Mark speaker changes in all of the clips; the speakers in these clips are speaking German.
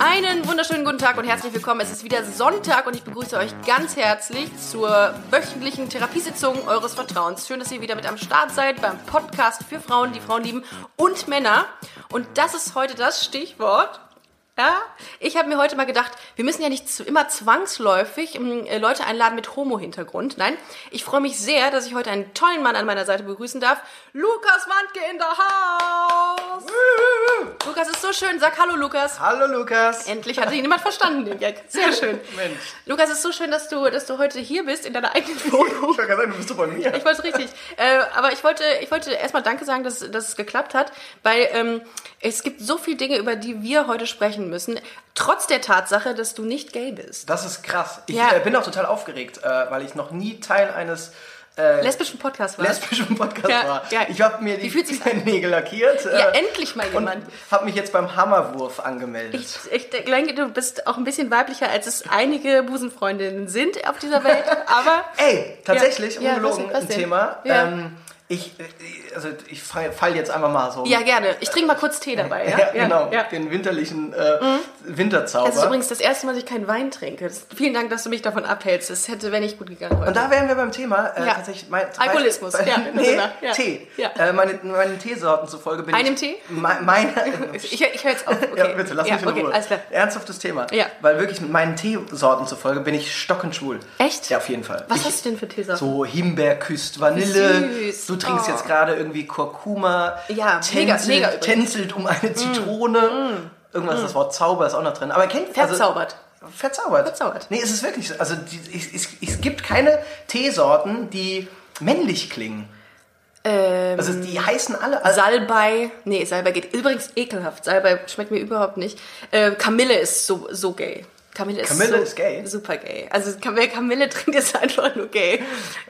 Speaker 1: Einen wunderschönen guten Tag und herzlich willkommen. Es ist wieder Sonntag und ich begrüße euch ganz herzlich zur wöchentlichen Therapiesitzung eures Vertrauens. Schön, dass ihr wieder mit am Start seid beim Podcast für Frauen, die Frauen lieben und Männer. Und das ist heute das Stichwort. Ja, ich habe mir heute mal gedacht, wir müssen ja nicht zu- immer zwangsläufig ähm, äh, Leute einladen mit Homo-Hintergrund. Nein, ich freue mich sehr, dass ich heute einen tollen Mann an meiner Seite begrüßen darf. Lukas Wandke in der Haus. Lukas ist so schön. Sag Hallo, Lukas.
Speaker 2: Hallo Lukas.
Speaker 1: Endlich hat ihn jemand verstanden, den Gag. Sehr schön.
Speaker 2: Mensch.
Speaker 1: Lukas, es ist so schön, dass du, dass du heute hier bist in deiner eigenen Wohnung.
Speaker 2: Ich wollte gerade sagen, du bist doch bei mir.
Speaker 1: Ich wollte es richtig. Äh, aber ich wollte, ich wollte erstmal Danke sagen, dass, dass es geklappt hat, weil ähm, es gibt so viele Dinge, über die wir heute sprechen müssen, trotz der Tatsache, dass du nicht gay bist.
Speaker 2: Das ist krass. Ich
Speaker 1: Ja.
Speaker 2: äh, bin auch total aufgeregt, äh, weil ich noch nie Teil eines Äh,
Speaker 1: Lesbischen Podcast war.
Speaker 2: lesbischen Podcasts
Speaker 1: Ja,
Speaker 2: war.
Speaker 1: ja.
Speaker 2: Ich habe mir
Speaker 1: Wie fühlt sich's
Speaker 2: die
Speaker 1: an?
Speaker 2: Nägel lackiert
Speaker 1: ja,
Speaker 2: äh,
Speaker 1: endlich mal
Speaker 2: und
Speaker 1: jemand.
Speaker 2: habe mich jetzt beim Hammerwurf angemeldet.
Speaker 1: Ich, ich denke, du bist auch ein bisschen weiblicher, als es einige Busenfreundinnen sind auf dieser Welt. Aber
Speaker 2: Ey, tatsächlich,
Speaker 1: Ja, ja,
Speaker 2: ungelogen,
Speaker 1: was denn, was
Speaker 2: ein
Speaker 1: denn?
Speaker 2: Thema.
Speaker 1: Ja.
Speaker 2: Ähm, ich, äh, also ich fall, fall jetzt einfach mal so.
Speaker 1: ja, gerne. Ich trinke mal kurz Tee dabei. Ja,
Speaker 2: Ja, genau,
Speaker 1: ja. Mhm.
Speaker 2: den winterlichen äh, Winterzauber.
Speaker 1: Das ist übrigens das erste Mal, dass ich keinen Wein trinke. Das, vielen Dank, dass du mich davon abhältst. Das hätte, wenn nicht gut gegangen
Speaker 2: Und
Speaker 1: heute.
Speaker 2: da wären wir beim Thema äh,
Speaker 1: Ja.
Speaker 2: tatsächlich mein,
Speaker 1: Alkoholismus,
Speaker 2: Bei,
Speaker 1: ja,
Speaker 2: nee,
Speaker 1: genau, ja.
Speaker 2: Tee.
Speaker 1: Ja.
Speaker 2: Äh, meine, meinen Teesorten zufolge bin
Speaker 1: Einem
Speaker 2: ich.
Speaker 1: Tee?
Speaker 2: Me meiner.
Speaker 1: Ich, ich höre jetzt auf. Okay.
Speaker 2: Ja, bitte, lass mich in
Speaker 1: okay,
Speaker 2: Ruhe.
Speaker 1: Alles klar.
Speaker 2: Ernsthaftes Thema.
Speaker 1: Ja.
Speaker 2: Weil wirklich mit meinen Teesorten zufolge bin ich stockenschwul.
Speaker 1: Echt?
Speaker 2: Ja, auf jeden Fall.
Speaker 1: Was
Speaker 2: ich,
Speaker 1: hast du denn für Teesaft?
Speaker 2: So Himbeerküst, Vanille.
Speaker 1: Wie süß.
Speaker 2: Du trinkst
Speaker 1: Oh.
Speaker 2: jetzt gerade irgendwie Kurkuma.
Speaker 1: Ja, mega,
Speaker 2: tänzelt,
Speaker 1: mega übrigens. Mm.
Speaker 2: tänzelt um eine Zitrone. Irgendwas, das Wort Zauber ist auch noch drin. Aber kennt
Speaker 1: Verzaubert.
Speaker 2: Verzaubert.
Speaker 1: Verzaubert.
Speaker 2: Nee, es ist wirklich so. Also die, es, es, es gibt keine Teesorten, die männlich klingen.
Speaker 1: ähm,
Speaker 2: Also die heißen alle. Also,
Speaker 1: Salbei. Nee, Salbei geht übrigens ekelhaft. Salbei schmeckt mir überhaupt nicht. Äh, Kamille ist so, so gay. Kamille ist,
Speaker 2: Kamille
Speaker 1: so,
Speaker 2: ist gay?
Speaker 1: super gay. Also Kam- wer Kamille trinkt, ist einfach nur gay.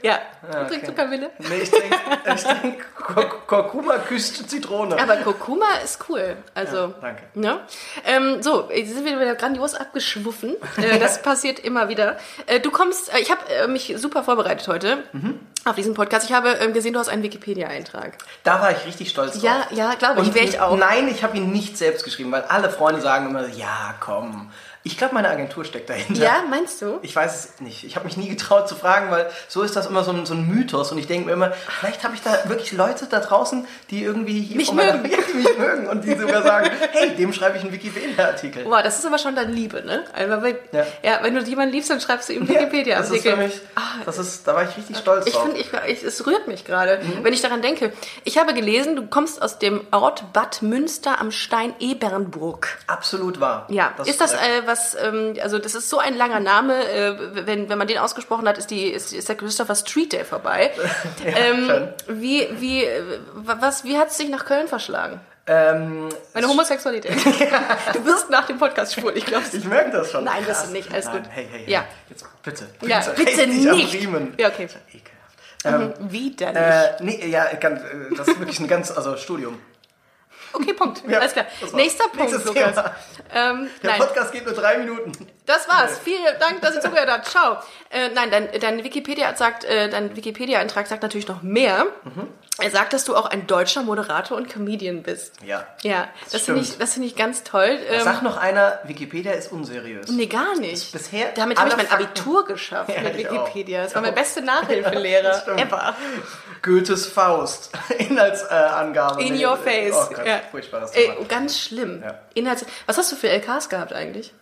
Speaker 1: Ja.
Speaker 2: Ah, okay.
Speaker 1: Trinkst du Kamille?
Speaker 2: nee, ich trinke ich trink Kur- Kurkuma küsst Zitrone.
Speaker 1: Aber Kurkuma ist cool. Also,
Speaker 2: Ja, danke.
Speaker 1: Ne? Ähm, so, jetzt sind wir wieder grandios abgeschwuffen. Äh, das passiert immer wieder. Äh, du kommst, äh, ich habe äh, mich super vorbereitet heute
Speaker 2: Mhm.
Speaker 1: auf diesen Podcast. Ich habe ähm, gesehen, du hast einen Wikipedia-Eintrag.
Speaker 2: Da war ich richtig stolz drauf.
Speaker 1: Ja, ja, glaube ich,
Speaker 2: Und
Speaker 1: wäre ich auch.
Speaker 2: Nein, ich habe ihn nicht selbst geschrieben, weil alle Freunde sagen immer, ja, komm. Ich glaube, meine Agentur steckt dahinter.
Speaker 1: Ja, meinst du?
Speaker 2: Ich weiß es nicht. Ich habe mich nie getraut zu fragen, weil so ist das immer so ein, so ein Mythos. Und ich denke mir immer, vielleicht habe ich da wirklich Leute da draußen, die irgendwie hier
Speaker 1: Mich
Speaker 2: vor meiner-
Speaker 1: mögen.
Speaker 2: Ja, die mich mögen und die sogar sagen, hey, dem schreibe ich einen Wikipedia-Artikel.
Speaker 1: Boah, das ist aber schon deine Liebe, ne? Also, wenn, ja.
Speaker 2: Ja.
Speaker 1: wenn du jemanden liebst, dann schreibst du ihm
Speaker 2: das ist für
Speaker 1: Wikipedia-Artikel. Ah,
Speaker 2: mich, das ist, da war ich richtig stolz
Speaker 1: Ich
Speaker 2: drauf.
Speaker 1: finde, ich, ich, es rührt mich gerade,
Speaker 2: Mhm.
Speaker 1: wenn ich daran denke. Ich habe gelesen, du kommst aus dem Ort Bad Münster am Stein Ebernburg.
Speaker 2: Absolut wahr.
Speaker 1: Ja, ist das
Speaker 2: korrekt.
Speaker 1: äh, was, ähm, also das ist so ein langer Name, äh, wenn, wenn man den ausgesprochen hat, ist, die, ist, ist der Christopher Street Day vorbei. ähm, wie wie, äh, wa- was- wie hat es dich nach Köln verschlagen?
Speaker 2: ähm,
Speaker 1: Meine Homosexualität. du wirst nach dem Podcast schwul, ich glaube
Speaker 2: ich merke das schon.
Speaker 1: Nein, bist
Speaker 2: Krass.
Speaker 1: du nicht, alles
Speaker 2: Nein,
Speaker 1: gut.
Speaker 2: Hey, hey, hey.
Speaker 1: Ja.
Speaker 2: Jetzt bitte.
Speaker 1: Ja, bitte
Speaker 2: reiß dich am
Speaker 1: nicht.
Speaker 2: Riemen.
Speaker 1: Ja, Mhm. okay.
Speaker 2: Ekelhaft. Ähm,
Speaker 1: Widerlich.
Speaker 2: äh, nee, ja, ganz, äh, das ist wirklich ein ganz, also Studium.
Speaker 1: okay, Punkt.
Speaker 2: ja,
Speaker 1: Alles klar.
Speaker 2: das war's.
Speaker 1: Nächster Punkt,
Speaker 2: Nächstes
Speaker 1: Lukas.
Speaker 2: Thema.
Speaker 1: Ähm,
Speaker 2: Der
Speaker 1: nein,
Speaker 2: Podcast geht nur drei Minuten.
Speaker 1: das war's. Vielen Dank, dass ihr zugehört habt. Ciao. Äh, nein, dein, dein Wikipedia sagt, äh, dein Wikipedia-Eintrag sagt natürlich noch mehr.
Speaker 2: Mhm.
Speaker 1: Er sagt, dass du auch ein deutscher Moderator und Comedian bist.
Speaker 2: Ja.
Speaker 1: Ja, das finde ich,
Speaker 2: stimmt.
Speaker 1: das finde ich ganz toll. Ähm,
Speaker 2: Sag noch einer, Wikipedia ist unseriös.
Speaker 1: nee, gar nicht.
Speaker 2: bisher
Speaker 1: Damit habe ich mein
Speaker 2: alle Fakten-
Speaker 1: Abitur geschafft
Speaker 2: Ja,
Speaker 1: mit
Speaker 2: ich auch.
Speaker 1: Wikipedia. Das war
Speaker 2: Ich
Speaker 1: mein
Speaker 2: auch.
Speaker 1: beste Nachhilfelehrer
Speaker 2: stimmt.
Speaker 1: ever.
Speaker 2: Goethes Faust. Inhaltsangabe.
Speaker 1: In
Speaker 2: Nee,
Speaker 1: your
Speaker 2: äh,
Speaker 1: face.
Speaker 2: Oh Gott,
Speaker 1: Ja. Äh,
Speaker 2: furchtbares
Speaker 1: Ey,
Speaker 2: Thema.
Speaker 1: ganz schlimm.
Speaker 2: Ja.
Speaker 1: Inhalts Was hast du für LKs gehabt eigentlich?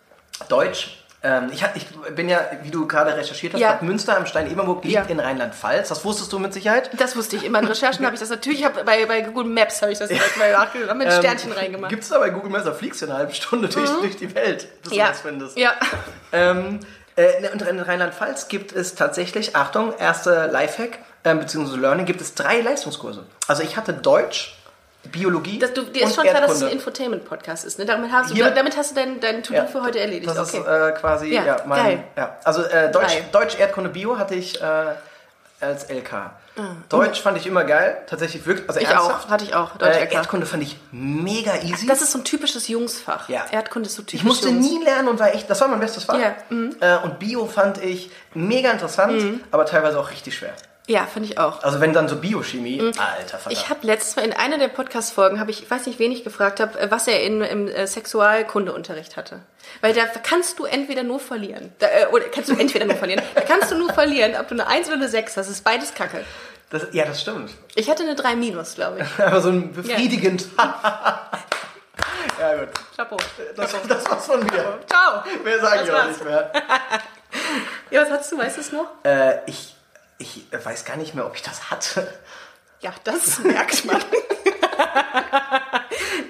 Speaker 2: Deutsch. Ähm, ich, hab- ich bin ja, wie du gerade recherchiert hast,
Speaker 1: Ja.
Speaker 2: Bad Münster am Stein Ebernburg liegt
Speaker 1: Ja.
Speaker 2: in Rheinland-Pfalz. Das wusstest du mit Sicherheit.
Speaker 1: Das wusste ich immer. In Recherchen habe ich das natürlich, ich habe bei, bei Google Maps habe ich das direkt mal nachgeschaut, habe mir ein Sternchen reingemacht.
Speaker 2: Ähm,
Speaker 1: Mhm.
Speaker 2: Gibt es da bei Google Maps, da fliegst du in einer halben Stunde durch, durch die Welt, bis du
Speaker 1: ja.
Speaker 2: das findest.
Speaker 1: ja.
Speaker 2: Ähm, äh, ne, und in Rheinland-Pfalz gibt es tatsächlich, Achtung, erste Lifehack ähm, bzw. Learning, gibt es drei Leistungskurse. Also ich hatte Deutsch, Biologie
Speaker 1: Das, du, dir ist
Speaker 2: und
Speaker 1: schon klar, dass es ein
Speaker 2: Erdkunde.
Speaker 1: Infotainment-Podcast ist. Ne? Damit, hast du,
Speaker 2: Hier-
Speaker 1: damit hast du dein, dein To-Do für heute erledigt.
Speaker 2: Das
Speaker 1: okay.
Speaker 2: ist äh, quasi
Speaker 1: Ja,
Speaker 2: ja, mein.
Speaker 1: geil.
Speaker 2: Ja. Also äh, Deutsch,
Speaker 1: Geil.
Speaker 2: Deutsch, Erdkunde, Bio hatte ich äh, als LK. Deutsch fand ich immer geil, tatsächlich wirklich. Also
Speaker 1: Ah, Ich
Speaker 2: ernsthaft.
Speaker 1: auch, hatte ich auch, Deutsch
Speaker 2: äh,
Speaker 1: LK.
Speaker 2: Erdkunde fand ich mega easy.
Speaker 1: Das ist so ein typisches Jungsfach.
Speaker 2: Ja.
Speaker 1: Erdkunde ist so typisch.
Speaker 2: ich musste
Speaker 1: Jungs.
Speaker 2: nie lernen und war echt, das war mein bestes Fach.
Speaker 1: Ja, mhm.
Speaker 2: Äh, und Bio fand ich mega interessant, aber teilweise auch richtig schwer.
Speaker 1: Ja, fand ich auch.
Speaker 2: Also wenn dann so Biochemie, alter Vater.
Speaker 1: Mhm. Ich habe letztes Mal in einer der Podcast-Folgen, habe ich, ich weiß nicht, wen ich gefragt habe, was er in, im äh, Sexualkundeunterricht hatte. Weil da kannst du entweder nur verlieren. Da, äh, oder kannst du entweder nur verlieren. Da kannst du nur verlieren, ob du eine 1 oder eine 6 hast. Das ist beides Kacke.
Speaker 2: das, ja, das stimmt.
Speaker 1: Ich hatte eine 3 minus, glaube ich.
Speaker 2: Aber so ein befriedigend. ja, gut.
Speaker 1: Chapeau.
Speaker 2: Das, das war's von mir.
Speaker 1: Ciao.
Speaker 2: Mehr sage ich
Speaker 1: Das
Speaker 2: auch
Speaker 1: war's.
Speaker 2: nicht mehr.
Speaker 1: Ja, was hast du? Weißt du es noch?
Speaker 2: Äh, ich, ich weiß gar nicht mehr, ob ich das hatte.
Speaker 1: Ja, das merkt man.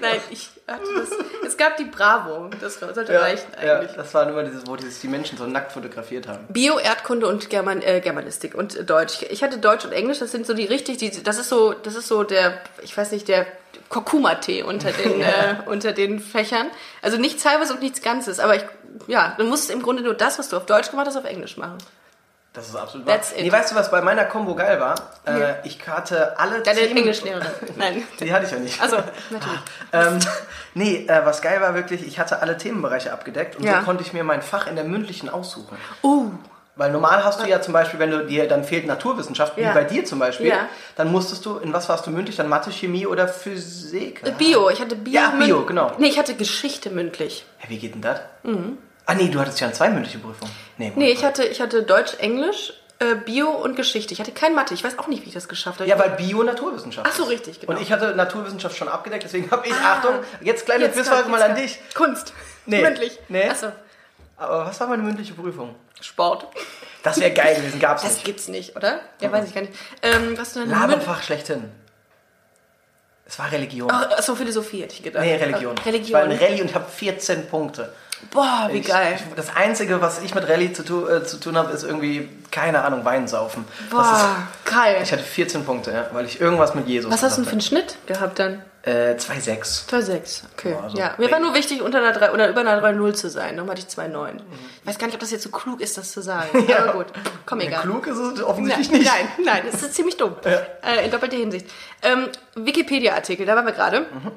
Speaker 1: Nein, ich hatte das. Es gab die Bravo. Das sollte reichen
Speaker 2: ja,
Speaker 1: eigentlich.
Speaker 2: das waren immer dieses, wo dieses, die Menschen so nackt fotografiert haben.
Speaker 1: Bio, Erdkunde und German, äh, Germanistik und äh, Deutsch. Ich hatte Deutsch und Englisch, das sind so die richtig, die, das ist so, das ist so der, ich weiß nicht, der Kurkuma-Tee unter den, äh, unter den Fächern. Also nichts halbes und nichts Ganzes, aber ich, ja, du musst im Grunde nur das, was du auf Deutsch gemacht hast, auf Englisch machen.
Speaker 2: Das ist absolut
Speaker 1: That's
Speaker 2: wahr.
Speaker 1: it.
Speaker 2: Nee, weißt du, was bei meiner Combo geil war? Äh, ich hatte alle
Speaker 1: Deine
Speaker 2: Themen-
Speaker 1: Englischlehrerin. Nein.
Speaker 2: Die hatte ich ja nicht.
Speaker 1: Also, natürlich.
Speaker 2: Ähm, nee, äh, was geil war wirklich, ich hatte alle Themenbereiche abgedeckt und
Speaker 1: Ja.
Speaker 2: so konnte ich mir mein Fach in der mündlichen aussuchen.
Speaker 1: Uh,
Speaker 2: Weil normal hast du ja zum Beispiel, wenn du dir dann fehlt Naturwissenschaft,
Speaker 1: Ah. Ja.
Speaker 2: wie bei dir zum Beispiel,
Speaker 1: Ja.
Speaker 2: dann musstest du, in was warst du mündlich? Dann Mathe, Chemie oder Physik?
Speaker 1: Bio, ich hatte Bio.
Speaker 2: Ja, Bio,
Speaker 1: münd-
Speaker 2: genau.
Speaker 1: Nee, ich hatte Geschichte mündlich.
Speaker 2: Hä, wie geht denn das? Ah nee, du hattest ja zwei mündliche Prüfungen. Nee,
Speaker 1: Mhm. Nee, ich hatte, ich hatte Deutsch, Englisch, äh, Bio und Geschichte. Ich hatte kein Mathe. Ich weiß auch nicht, wie ich das geschafft habe.
Speaker 2: Ja, weil Bio Naturwissenschaft.
Speaker 1: Ach so,
Speaker 2: ist.
Speaker 1: richtig, genau. Ah.
Speaker 2: Und ich hatte Naturwissenschaft schon abgedeckt, deswegen habe ich, Achtung, jetzt kleine
Speaker 1: Jetzt
Speaker 2: Quizfrage
Speaker 1: kommt,
Speaker 2: mal
Speaker 1: jetzt
Speaker 2: an
Speaker 1: kommt.
Speaker 2: dich.
Speaker 1: Kunst.
Speaker 2: Nee.
Speaker 1: Mündlich.
Speaker 2: Nee.
Speaker 1: Achso.
Speaker 2: Aber was war meine mündliche Prüfung?
Speaker 1: Sport.
Speaker 2: Das wäre geil gewesen, gab's
Speaker 1: Das
Speaker 2: nicht.
Speaker 1: gibt's nicht, oder? Ja, weiß ich gar nicht. Ähm, was du denn
Speaker 2: Laberfach schlechthin. Es war Religion.
Speaker 1: Achso, Philosophie hätte ich gedacht.
Speaker 2: nee, Religion.
Speaker 1: Äh,
Speaker 2: Ich war in
Speaker 1: Ah. Religion.
Speaker 2: Rallye und habe 14 Punkte.
Speaker 1: Boah, wie
Speaker 2: ich,
Speaker 1: geil.
Speaker 2: Ich, das Einzige, was ich mit Rallye zu, tu, äh, zu tun habe, ist irgendwie, keine Ahnung, Wein saufen. Das ist,
Speaker 1: Boah, geil.
Speaker 2: ich hatte 14 Punkte, ja, weil ich irgendwas mit Jesus
Speaker 1: was hast du denn für
Speaker 2: gemacht
Speaker 1: einen Schnitt gehabt dann?
Speaker 2: habe. Äh, 2,6.
Speaker 1: 2,6. Okay.
Speaker 2: Ja, also-
Speaker 1: ja. Mir war nur wichtig, unter einer 3 oder über einer 3,0 zu sein. Dann hatte ich 2,9. Ich weiß gar nicht, ob das jetzt so klug ist, das zu sagen.
Speaker 2: Ja.
Speaker 1: Aber gut. Komm, egal.
Speaker 2: Klug ist es
Speaker 1: Nein,
Speaker 2: offensichtlich nicht.
Speaker 1: nein, nein, das ist ziemlich dumm. Äh, in doppelter Hinsicht. Ähm, Wikipedia-Artikel, da waren wir gerade.
Speaker 2: Mhm.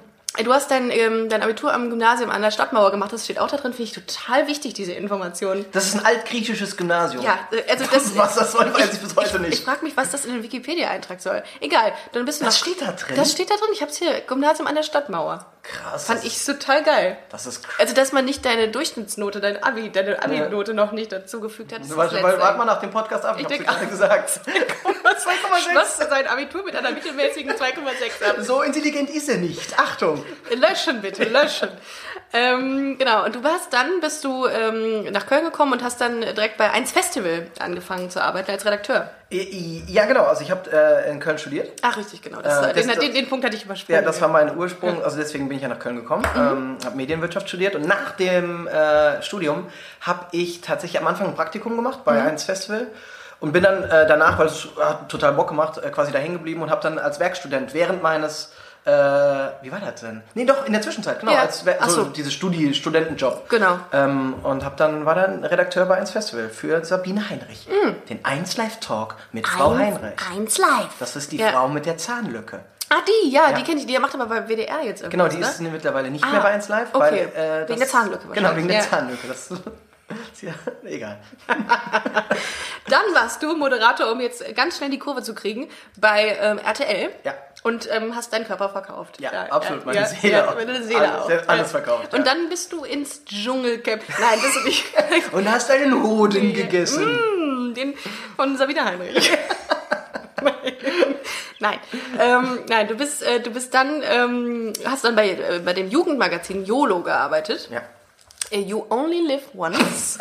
Speaker 1: Du hast dein, ähm, dein Abitur am Gymnasium an der Stadtmauer gemacht, das steht auch da drin, finde ich total wichtig, diese Information.
Speaker 2: Das ist ein altgriechisches Gymnasium.
Speaker 1: Ja, äh, also das,
Speaker 2: Was das soll, weiß ich bis heute
Speaker 1: ich, ich
Speaker 2: nicht.
Speaker 1: frage mich, was das in den Wikipedia-Eintrag soll. Egal, dann bist du
Speaker 2: Was
Speaker 1: noch-
Speaker 2: steht da drin?
Speaker 1: Das steht da drin, ich hab's hier, Gymnasium an der Stadtmauer.
Speaker 2: Krass.
Speaker 1: Fand
Speaker 2: das
Speaker 1: ich
Speaker 2: ist-
Speaker 1: total geil.
Speaker 2: Das ist krass.
Speaker 1: Also, dass man nicht deine Durchschnittsnote, dein Abi, deine Abi-Note noch nicht dazugefügt hat, ist das
Speaker 2: Warte, warte,
Speaker 1: Letzte.
Speaker 2: warte mal nach dem Podcast ab. Ich,
Speaker 1: Ich
Speaker 2: hab's dir
Speaker 1: denk-
Speaker 2: gerade gesagt.
Speaker 1: Schloss sein Abitur mit einer mittelmäßigen 2,6 ab.
Speaker 2: So intelligent ist er nicht. Achtung.
Speaker 1: Löschen bitte, löschen. ähm, genau, und du warst dann, bist du ähm, nach Köln gekommen und hast dann direkt bei 1 Festival angefangen zu arbeiten als Redakteur.
Speaker 2: I- i- Ja, genau. Also ich habe äh, in Köln studiert.
Speaker 1: Ach, richtig, genau. Das,
Speaker 2: Äh,
Speaker 1: den,
Speaker 2: das-
Speaker 1: den, den Punkt hatte ich übersprungen.
Speaker 2: Ja, das war mein Ursprung, also deswegen bin ich ja nach Köln gekommen,
Speaker 1: Mhm.
Speaker 2: ähm, habe Medienwirtschaft studiert und nach dem äh, Studium habe ich tatsächlich am Anfang ein Praktikum gemacht
Speaker 1: Mhm.
Speaker 2: bei 1 Festival und bin dann äh, danach, weil es hat total Bock gemacht, äh, quasi da hängen geblieben und habe dann als Werkstudent während meines, äh, wie war das denn? Nee, doch, in der Zwischenzeit, genau,
Speaker 1: Ja.
Speaker 2: als Wer-
Speaker 1: Ach
Speaker 2: so,
Speaker 1: so.
Speaker 2: dieses Studi Studentenjob.
Speaker 1: Genau.
Speaker 2: Ähm, und hab dann, war dann Redakteur bei 1 Festival für Sabine Heinrich,
Speaker 1: Mhm.
Speaker 2: den 1 Live Talk mit Frau Heinrich.
Speaker 3: Eins live.
Speaker 2: Das ist die
Speaker 1: Ja.
Speaker 2: Frau mit der Zahnlücke.
Speaker 1: Ah, die, ja,
Speaker 2: Ja.
Speaker 1: die kenne ich. Die macht aber bei WDR jetzt
Speaker 2: Genau,
Speaker 1: irgendwas,
Speaker 2: die ist
Speaker 1: ne?
Speaker 2: mittlerweile nicht
Speaker 1: Ah,
Speaker 2: mehr bei 1 Live.
Speaker 1: okay.
Speaker 2: Weil,
Speaker 1: Wegen
Speaker 2: das-
Speaker 1: der Zahnlücke
Speaker 2: Genau, wegen der
Speaker 1: wahrscheinlich, ja.
Speaker 2: Zahnlücke. Das ist ja egal.
Speaker 1: Dann warst du Moderator, um jetzt ganz schnell die Kurve zu kriegen, bei ähm, RTL.
Speaker 2: Ja.
Speaker 1: Und ähm, hast deinen Körper verkauft.
Speaker 2: Ja, absolut, meine Seele auch.
Speaker 1: meine Seele
Speaker 2: Alles-
Speaker 1: auch.
Speaker 2: alles verkauft,
Speaker 1: Und
Speaker 2: ja.
Speaker 1: dann bist du ins Dschungelcamp. Nein, das nicht.
Speaker 2: Und hast einen Hoden gegessen.
Speaker 1: Mm. Den von Sabine Heinrich. nein, ähm, nein, du bist, äh, du bist dann, ähm, hast dann bei, äh, bei dem Jugendmagazin YOLO gearbeitet.
Speaker 2: Ja.
Speaker 1: Äh, You only live once.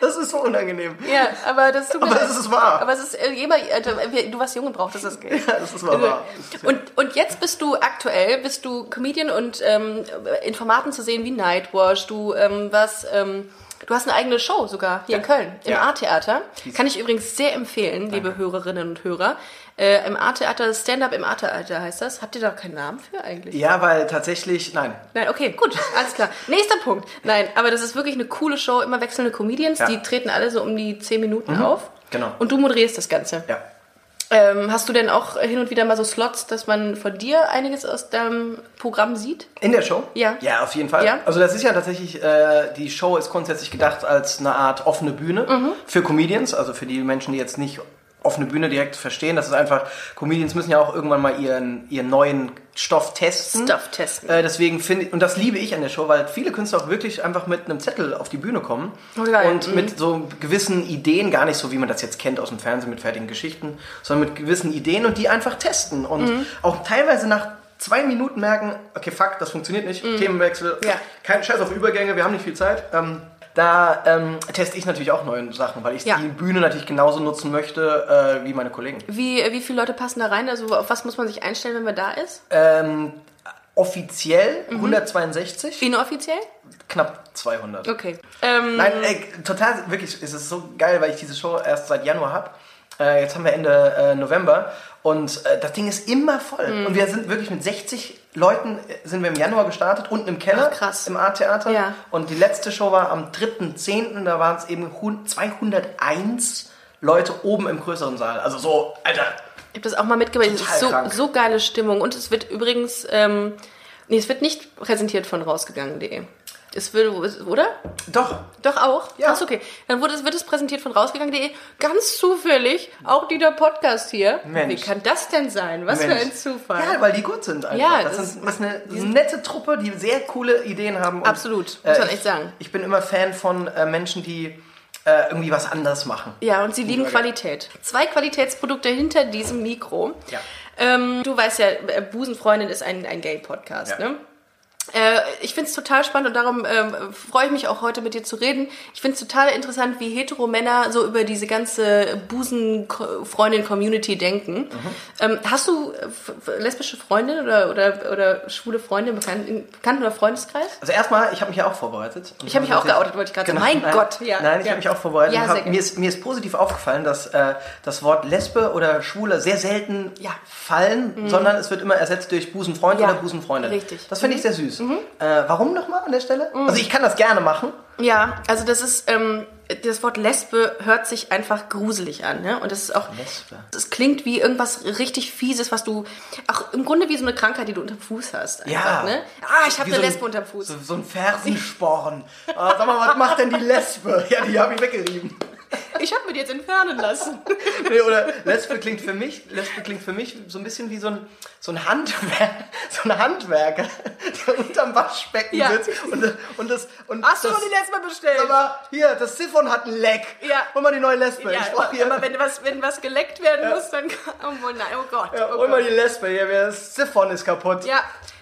Speaker 2: Das ist so unangenehm.
Speaker 1: ja, aber das tut mir
Speaker 2: Aber
Speaker 1: leid.
Speaker 2: es ist wahr.
Speaker 1: Aber es ist äh, jemand, äh, du- du warst jung und brauchtest das Geld.
Speaker 2: Ja, das ist mal wahr.
Speaker 1: Also, Und, und jetzt bist du aktuell, bist du Comedian und ähm, Informaten zu sehen wie Nightwash. Du ähm, was, ähm, du hast eine eigene Show sogar hier in Köln im
Speaker 2: Ja.
Speaker 1: A-Theater. Kann ich übrigens sehr empfehlen, liebe Hörerinnen und Hörer. Äh, Im A-Theater, Stand-up im A-Theater heißt das. Habt ihr da keinen Namen für eigentlich?
Speaker 2: Ja, weil tatsächlich, nein.
Speaker 1: Nein, okay, gut, alles klar. Nächster Punkt. Nein, aber das ist wirklich eine coole Show. Immer wechselnde Comedians,
Speaker 2: Ja.
Speaker 1: die treten alle so um die 10 Minuten auf.
Speaker 2: genau.
Speaker 1: Und du moderierst das Ganze.
Speaker 2: Ja.
Speaker 1: Ähm, hast du denn auch hin und wieder mal so Slots, dass man von dir einiges aus deinem Programm sieht?
Speaker 2: In der Show?
Speaker 1: Ja.
Speaker 2: Ja, auf jeden Fall.
Speaker 1: Ja.
Speaker 2: Also das ist ja tatsächlich, äh, die Show ist grundsätzlich gedacht als eine Art offene Bühne
Speaker 1: Mhm.
Speaker 2: für Comedians, also für die Menschen, die jetzt nicht offene Bühne direkt verstehen. Das ist einfach, Comedians müssen ja auch irgendwann mal ihren, ihren neuen Stoff testen.
Speaker 1: Stuff testen.
Speaker 2: Äh, deswegen finde ich, und das liebe ich an der Show, weil viele Künstler auch wirklich einfach mit einem Zettel auf die Bühne kommen
Speaker 1: Oh, geil.
Speaker 2: und mit so gewissen Ideen, gar nicht so wie man das jetzt kennt aus dem Fernsehen mit fertigen Geschichten, sondern mit gewissen Ideen und die einfach testen und
Speaker 1: Mhm.
Speaker 2: auch teilweise nach zwei Minuten merken, okay, fuck, das funktioniert nicht, Themenwechsel,
Speaker 1: Mhm. Ja.
Speaker 2: kein Scheiß auf Übergänge, wir haben nicht viel Zeit. Ähm, da ähm, teste ich natürlich auch neue Sachen, weil ich
Speaker 1: Ja.
Speaker 2: die Bühne natürlich genauso nutzen möchte äh, wie meine Kollegen.
Speaker 1: Wie, wie viele Leute passen da rein? Also auf was muss man sich einstellen, wenn man da ist?
Speaker 2: Ähm, offiziell
Speaker 1: Mhm.
Speaker 2: 162,
Speaker 1: Inoffiziell?
Speaker 2: knapp 200.
Speaker 1: Okay. Ähm,
Speaker 2: Nein, ey, total, wirklich, es ist so geil, weil ich diese Show erst seit Januar habe. Äh, jetzt haben wir Ende äh, November und äh, das Ding ist immer voll.
Speaker 1: Mhm.
Speaker 2: Und wir sind wirklich mit 60 Leuten äh, sind wir im Januar gestartet, unten im Keller,
Speaker 1: Ach, krass.
Speaker 2: im Art-Theater.
Speaker 1: Ja.
Speaker 2: Und die letzte Show war am 3.10., da waren es eben hun- 201 Leute oben im größeren Saal. Also so, Alter,
Speaker 1: Ich habe das auch mal mitgebracht. Es ist
Speaker 2: Total
Speaker 1: so,
Speaker 2: krank.
Speaker 1: so geile Stimmung. Und es wird übrigens, ähm, nee, es wird nicht präsentiert von rausgegangen.de. Es wird, oder?
Speaker 2: doch,
Speaker 1: Doch auch?
Speaker 2: Ja.
Speaker 1: Ach, okay. Dann wurde, es- wird es präsentiert von rausgegangen.de. Ganz zufällig, auch dieser Podcast hier.
Speaker 2: Mensch.
Speaker 1: Wie kann das denn sein? Was
Speaker 2: Mensch.
Speaker 1: für ein Zufall.
Speaker 2: Ja, weil die gut sind einfach.
Speaker 1: Ja,
Speaker 2: das,
Speaker 1: das
Speaker 2: sind, das ist eine, das ist eine nette Truppe, die sehr coole Ideen haben. Und, äh,
Speaker 1: Absolut, muss man
Speaker 2: ich,
Speaker 1: echt sagen.
Speaker 2: Ich bin immer Fan von äh, Menschen, die äh, irgendwie was anderes machen.
Speaker 1: Ja, und sie lieben
Speaker 2: Burger.
Speaker 1: Qualität. Zwei Qualitätsprodukte hinter diesem Mikro.
Speaker 2: Ja.
Speaker 1: Ähm, du weißt ja, äh, Busenfreundin ist ein, ein Gay-Podcast,
Speaker 2: Ja.
Speaker 1: ne? Äh, ich finde es total spannend und darum ähm, freue ich mich auch heute mit dir zu reden. Ich finde es total interessant, wie hetero Männer so über diese ganze Busenfreundin-Community denken. Ähm, hast du äh, f- f- lesbische Freundin oder, oder, oder schwule Freunde im Bekan- im Bekannten- oder Freundeskreis?
Speaker 2: Also erstmal, ich habe mich ja auch vorbereitet. Genau.
Speaker 1: Ich hab mich auch geoutet, wollte ich gerade sagen. Mein
Speaker 2: nein,
Speaker 1: Gott, ja,
Speaker 2: Nein, ich
Speaker 1: ja.
Speaker 2: habe mich auch vorbereitet.
Speaker 1: Ja,
Speaker 2: und
Speaker 1: sehr
Speaker 2: hab,
Speaker 1: gut.
Speaker 2: mir, ist, mir ist positiv aufgefallen, dass äh, das Wort Lesbe oder Schwule sehr selten
Speaker 1: Ja. Mhm.
Speaker 2: fallen, sondern es wird immer ersetzt durch Busenfreund
Speaker 1: Ja,
Speaker 2: oder Busenfreundin.
Speaker 1: richtig. Mhm.
Speaker 2: Das finde ich sehr süß. Äh, warum nochmal an der Stelle? Also ich kann das gerne machen.
Speaker 1: Ja, also das ist, ähm, das Wort Lesbe hört sich einfach gruselig an, ne? Und das ist auch,
Speaker 2: Lesbe.
Speaker 1: es klingt wie irgendwas richtig Fieses, was du, auch im Grunde wie so eine Krankheit, die du unterm Fuß hast. Einfach,
Speaker 2: Ja.
Speaker 1: Ne? Ah, ich habe eine
Speaker 2: Wie so ein-
Speaker 1: Lesbe unterm Fuß.
Speaker 2: So, so ein Fersensporn. Ah, sag mal, was macht denn die Lesbe? Ja, die habe ich weggerieben.
Speaker 1: Ich habe mir die jetzt entfernen lassen.
Speaker 2: Nee, oder Lesbe klingt für mich, Lesbe klingt für mich so ein bisschen wie so ein, so ein, Handwer so ein Handwerker, der unterm Waschbecken
Speaker 1: Ja.
Speaker 2: sitzt und, und das. Und
Speaker 1: Hast du
Speaker 2: das,
Speaker 1: nur die Lesbe bestellt?
Speaker 2: aber hier, das Siphon hat ein Leck.
Speaker 1: Ja.
Speaker 2: Hol mal die neue Lesbe.
Speaker 1: ja,
Speaker 2: ich brauch
Speaker 1: aber,
Speaker 2: hier,
Speaker 1: aber wenn was, wenn was geleckt werden muss, dann, oh Mann, nein, oh Gott.
Speaker 2: ja,
Speaker 1: oh
Speaker 2: hol
Speaker 1: Gott.
Speaker 2: mal die Lesbe hier, das Siphon ist kaputt.
Speaker 1: Ja,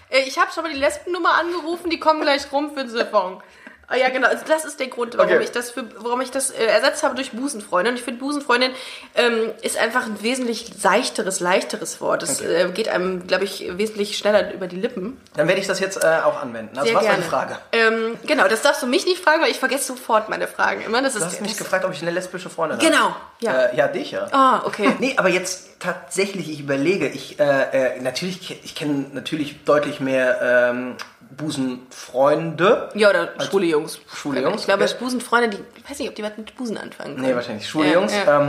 Speaker 1: äh, ich habe schon mal die Lesbennummer angerufen, die kommen gleich rum für den Siphon. Ah Ja, genau. Also das ist der Grund, warum
Speaker 2: Okay.
Speaker 1: ich das, für, warum ich das äh, ersetzt habe durch Busenfreundin. Und ich finde, Busenfreundin ähm, ist einfach ein wesentlich seichteres, leichteres Wort. Es
Speaker 2: Okay.
Speaker 1: äh, geht einem, glaube ich, wesentlich schneller über die Lippen.
Speaker 2: Dann werde ich das jetzt äh, auch anwenden. Also,
Speaker 1: Sehr
Speaker 2: was war
Speaker 1: gerne.
Speaker 2: die Frage?
Speaker 1: Ähm, genau, das darfst du mich nicht fragen, weil ich vergesse sofort meine Fragen immer. Das ist
Speaker 2: Du hast mich
Speaker 1: das,
Speaker 2: gefragt, ob ich eine lesbische Freundin
Speaker 1: Genau,
Speaker 2: habe.
Speaker 1: ja.
Speaker 2: Äh, ja, dich ja.
Speaker 1: Ah, okay.
Speaker 2: Nee, aber jetzt tatsächlich, ich überlege, ich äh, äh, natürlich, ke- ich kenne natürlich deutlich mehr ähm, Busenfreunde.
Speaker 1: Ja, oder schwule Jungs.
Speaker 2: schwule Jungs,
Speaker 1: Ich glaube,
Speaker 2: okay.
Speaker 1: Busenfreunde, die, ich weiß nicht, ob die was mit Busen anfangen können.
Speaker 2: Nee, wahrscheinlich schwule
Speaker 1: Ja,
Speaker 2: Jungs.
Speaker 1: ja.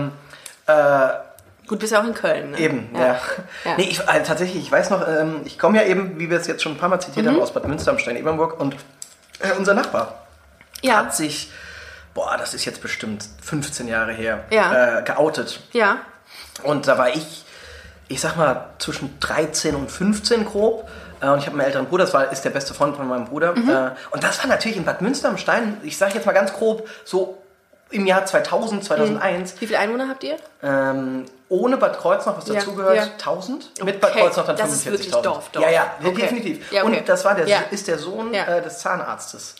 Speaker 2: Ähm,
Speaker 1: Gut, bist ja auch in Köln. Ne?
Speaker 2: eben, ja.
Speaker 1: Ja.
Speaker 2: Nee, ich, äh, tatsächlich, ich weiß noch, ähm, ich komme ja eben, wie wir es jetzt schon ein paar Mal zitiert
Speaker 1: Mhm.
Speaker 2: haben, aus Bad Münster am Stein Ebernburg und äh, unser Nachbar.
Speaker 1: ja.
Speaker 2: hat sich, boah, das ist jetzt bestimmt 15 Jahre her,
Speaker 1: Ja.
Speaker 2: äh, geoutet.
Speaker 1: ja.
Speaker 2: Und da war ich, ich sag mal, zwischen 13 und 15 grob. Äh, Und ich habe einen älteren Bruder, das war, ist der beste Freund von meinem Bruder. Äh, Und das war natürlich in Bad Münster am Stein, ich sage jetzt mal ganz grob, so im Jahr 2000, 2001,
Speaker 1: Wie viele Einwohner habt ihr?
Speaker 2: ähm, ohne Bad Kreuznach, was
Speaker 1: Ja,
Speaker 2: dazugehört,
Speaker 1: ja.
Speaker 2: 1000, mit Bad
Speaker 1: Okay,
Speaker 2: Kreuznach dann
Speaker 1: das ist
Speaker 2: 45.000.
Speaker 1: wirklich Dorf, Dorf.
Speaker 2: Ja, ja,
Speaker 1: Okay.
Speaker 2: definitiv.
Speaker 1: Ja, okay.
Speaker 2: Und das war der,
Speaker 1: Ja.
Speaker 2: ist der Sohn
Speaker 1: Ja.
Speaker 2: äh, des Zahnarztes.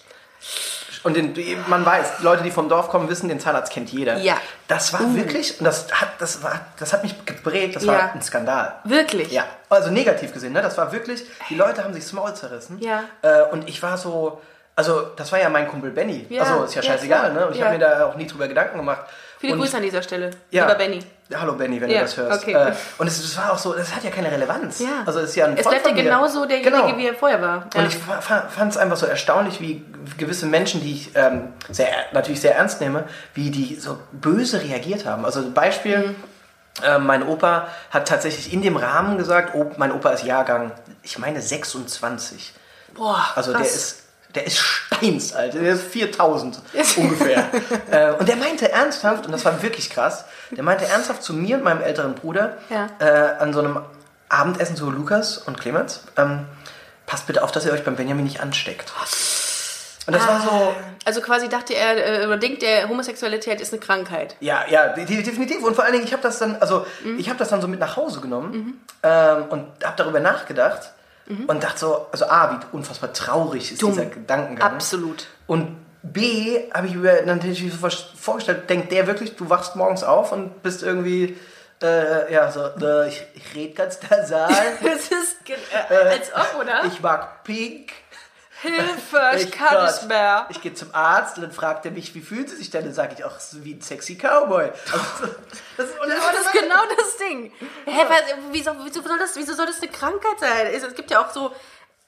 Speaker 2: Und den, man weiß, Leute, die vom Dorf kommen, wissen, den Zahnarzt kennt jeder.
Speaker 1: Ja. Uh.
Speaker 2: Das war wirklich, und das hat, das war, das hat mich geprägt, das
Speaker 1: Ja.
Speaker 2: war ein Skandal.
Speaker 1: Wirklich?
Speaker 2: Ja, also negativ gesehen, ne? Das war wirklich, die Leute haben sich das Maul zerrissen.
Speaker 1: Ja.
Speaker 2: Äh, und ich war so, also das war ja mein Kumpel Benny.
Speaker 1: Ja,
Speaker 2: Also ist ja
Speaker 1: ja,
Speaker 2: scheißegal,
Speaker 1: klar.
Speaker 2: ne? Und ich
Speaker 1: Ja.
Speaker 2: habe mir da auch nie drüber Gedanken gemacht.
Speaker 1: Viele
Speaker 2: und,
Speaker 1: Grüße an dieser Stelle.
Speaker 2: ja.
Speaker 1: Lieber Benny.
Speaker 2: Hallo Benny, wenn
Speaker 1: Ja,
Speaker 2: du das hörst.
Speaker 1: okay.
Speaker 2: Äh, und es, es war auch so, das hat ja keine Relevanz.
Speaker 1: Ja.
Speaker 2: Also es ist ja ein
Speaker 1: Es
Speaker 2: Freund
Speaker 1: bleibt ja
Speaker 2: von mir.
Speaker 1: genauso derjenige,
Speaker 2: Genau.
Speaker 1: wie er vorher war. Ja.
Speaker 2: Und ich fand es einfach so erstaunlich, wie gewisse Menschen, die ich ähm, sehr, natürlich sehr ernst nehme, wie die so böse reagiert haben. Also Beispiel,
Speaker 1: Mhm.
Speaker 2: Äh, mein Opa hat tatsächlich in dem Rahmen gesagt, oh, mein Opa ist Jahrgang, ich meine 26.
Speaker 1: Boah,
Speaker 2: Also der
Speaker 1: krass.
Speaker 2: ist, der ist steinsalter, der ist 4000 ungefähr. äh, und der meinte ernsthaft, und das war wirklich krass, der meinte ernsthaft zu mir und meinem älteren Bruder
Speaker 1: Ja.
Speaker 2: äh, an so einem Abendessen zu Lukas und Clemens, ähm, passt bitte auf, dass ihr euch beim Benjamin nicht ansteckt. Und das war so,
Speaker 1: Also quasi dachte er, äh, oder denkt er, Homosexualität ist eine Krankheit.
Speaker 2: Ja, ja, de- de- definitiv. Und vor allen Dingen, ich habe das dann, also
Speaker 1: Mhm.
Speaker 2: ich habe das dann so mit nach Hause genommen ähm, und habe darüber nachgedacht und dachte so, also A, wie unfassbar traurig ist
Speaker 1: Mhm. Dumm.
Speaker 2: dieser Gedankengang.
Speaker 1: Absolut.
Speaker 2: Und B, habe ich mir natürlich so vor- vorgestellt, denkt der wirklich, du wachst morgens auf und bist irgendwie, äh, ja, so, äh, ich, ich rede ganz nasal,
Speaker 1: Das ist, ge- äh, als ob, oder?
Speaker 2: ich mag Pink.
Speaker 1: Hilfe, ich kann
Speaker 2: Gott.
Speaker 1: nicht mehr.
Speaker 2: Ich gehe zum Arzt und dann fragt er mich, wie fühlt sie sich denn? Dann sage ich auch, es ist wie ein sexy Cowboy. Also, das, und
Speaker 1: Aber das ist genau das Ding. Hä, was, wieso, wieso, soll das, wieso soll das eine Krankheit sein? Es, es gibt ja auch so,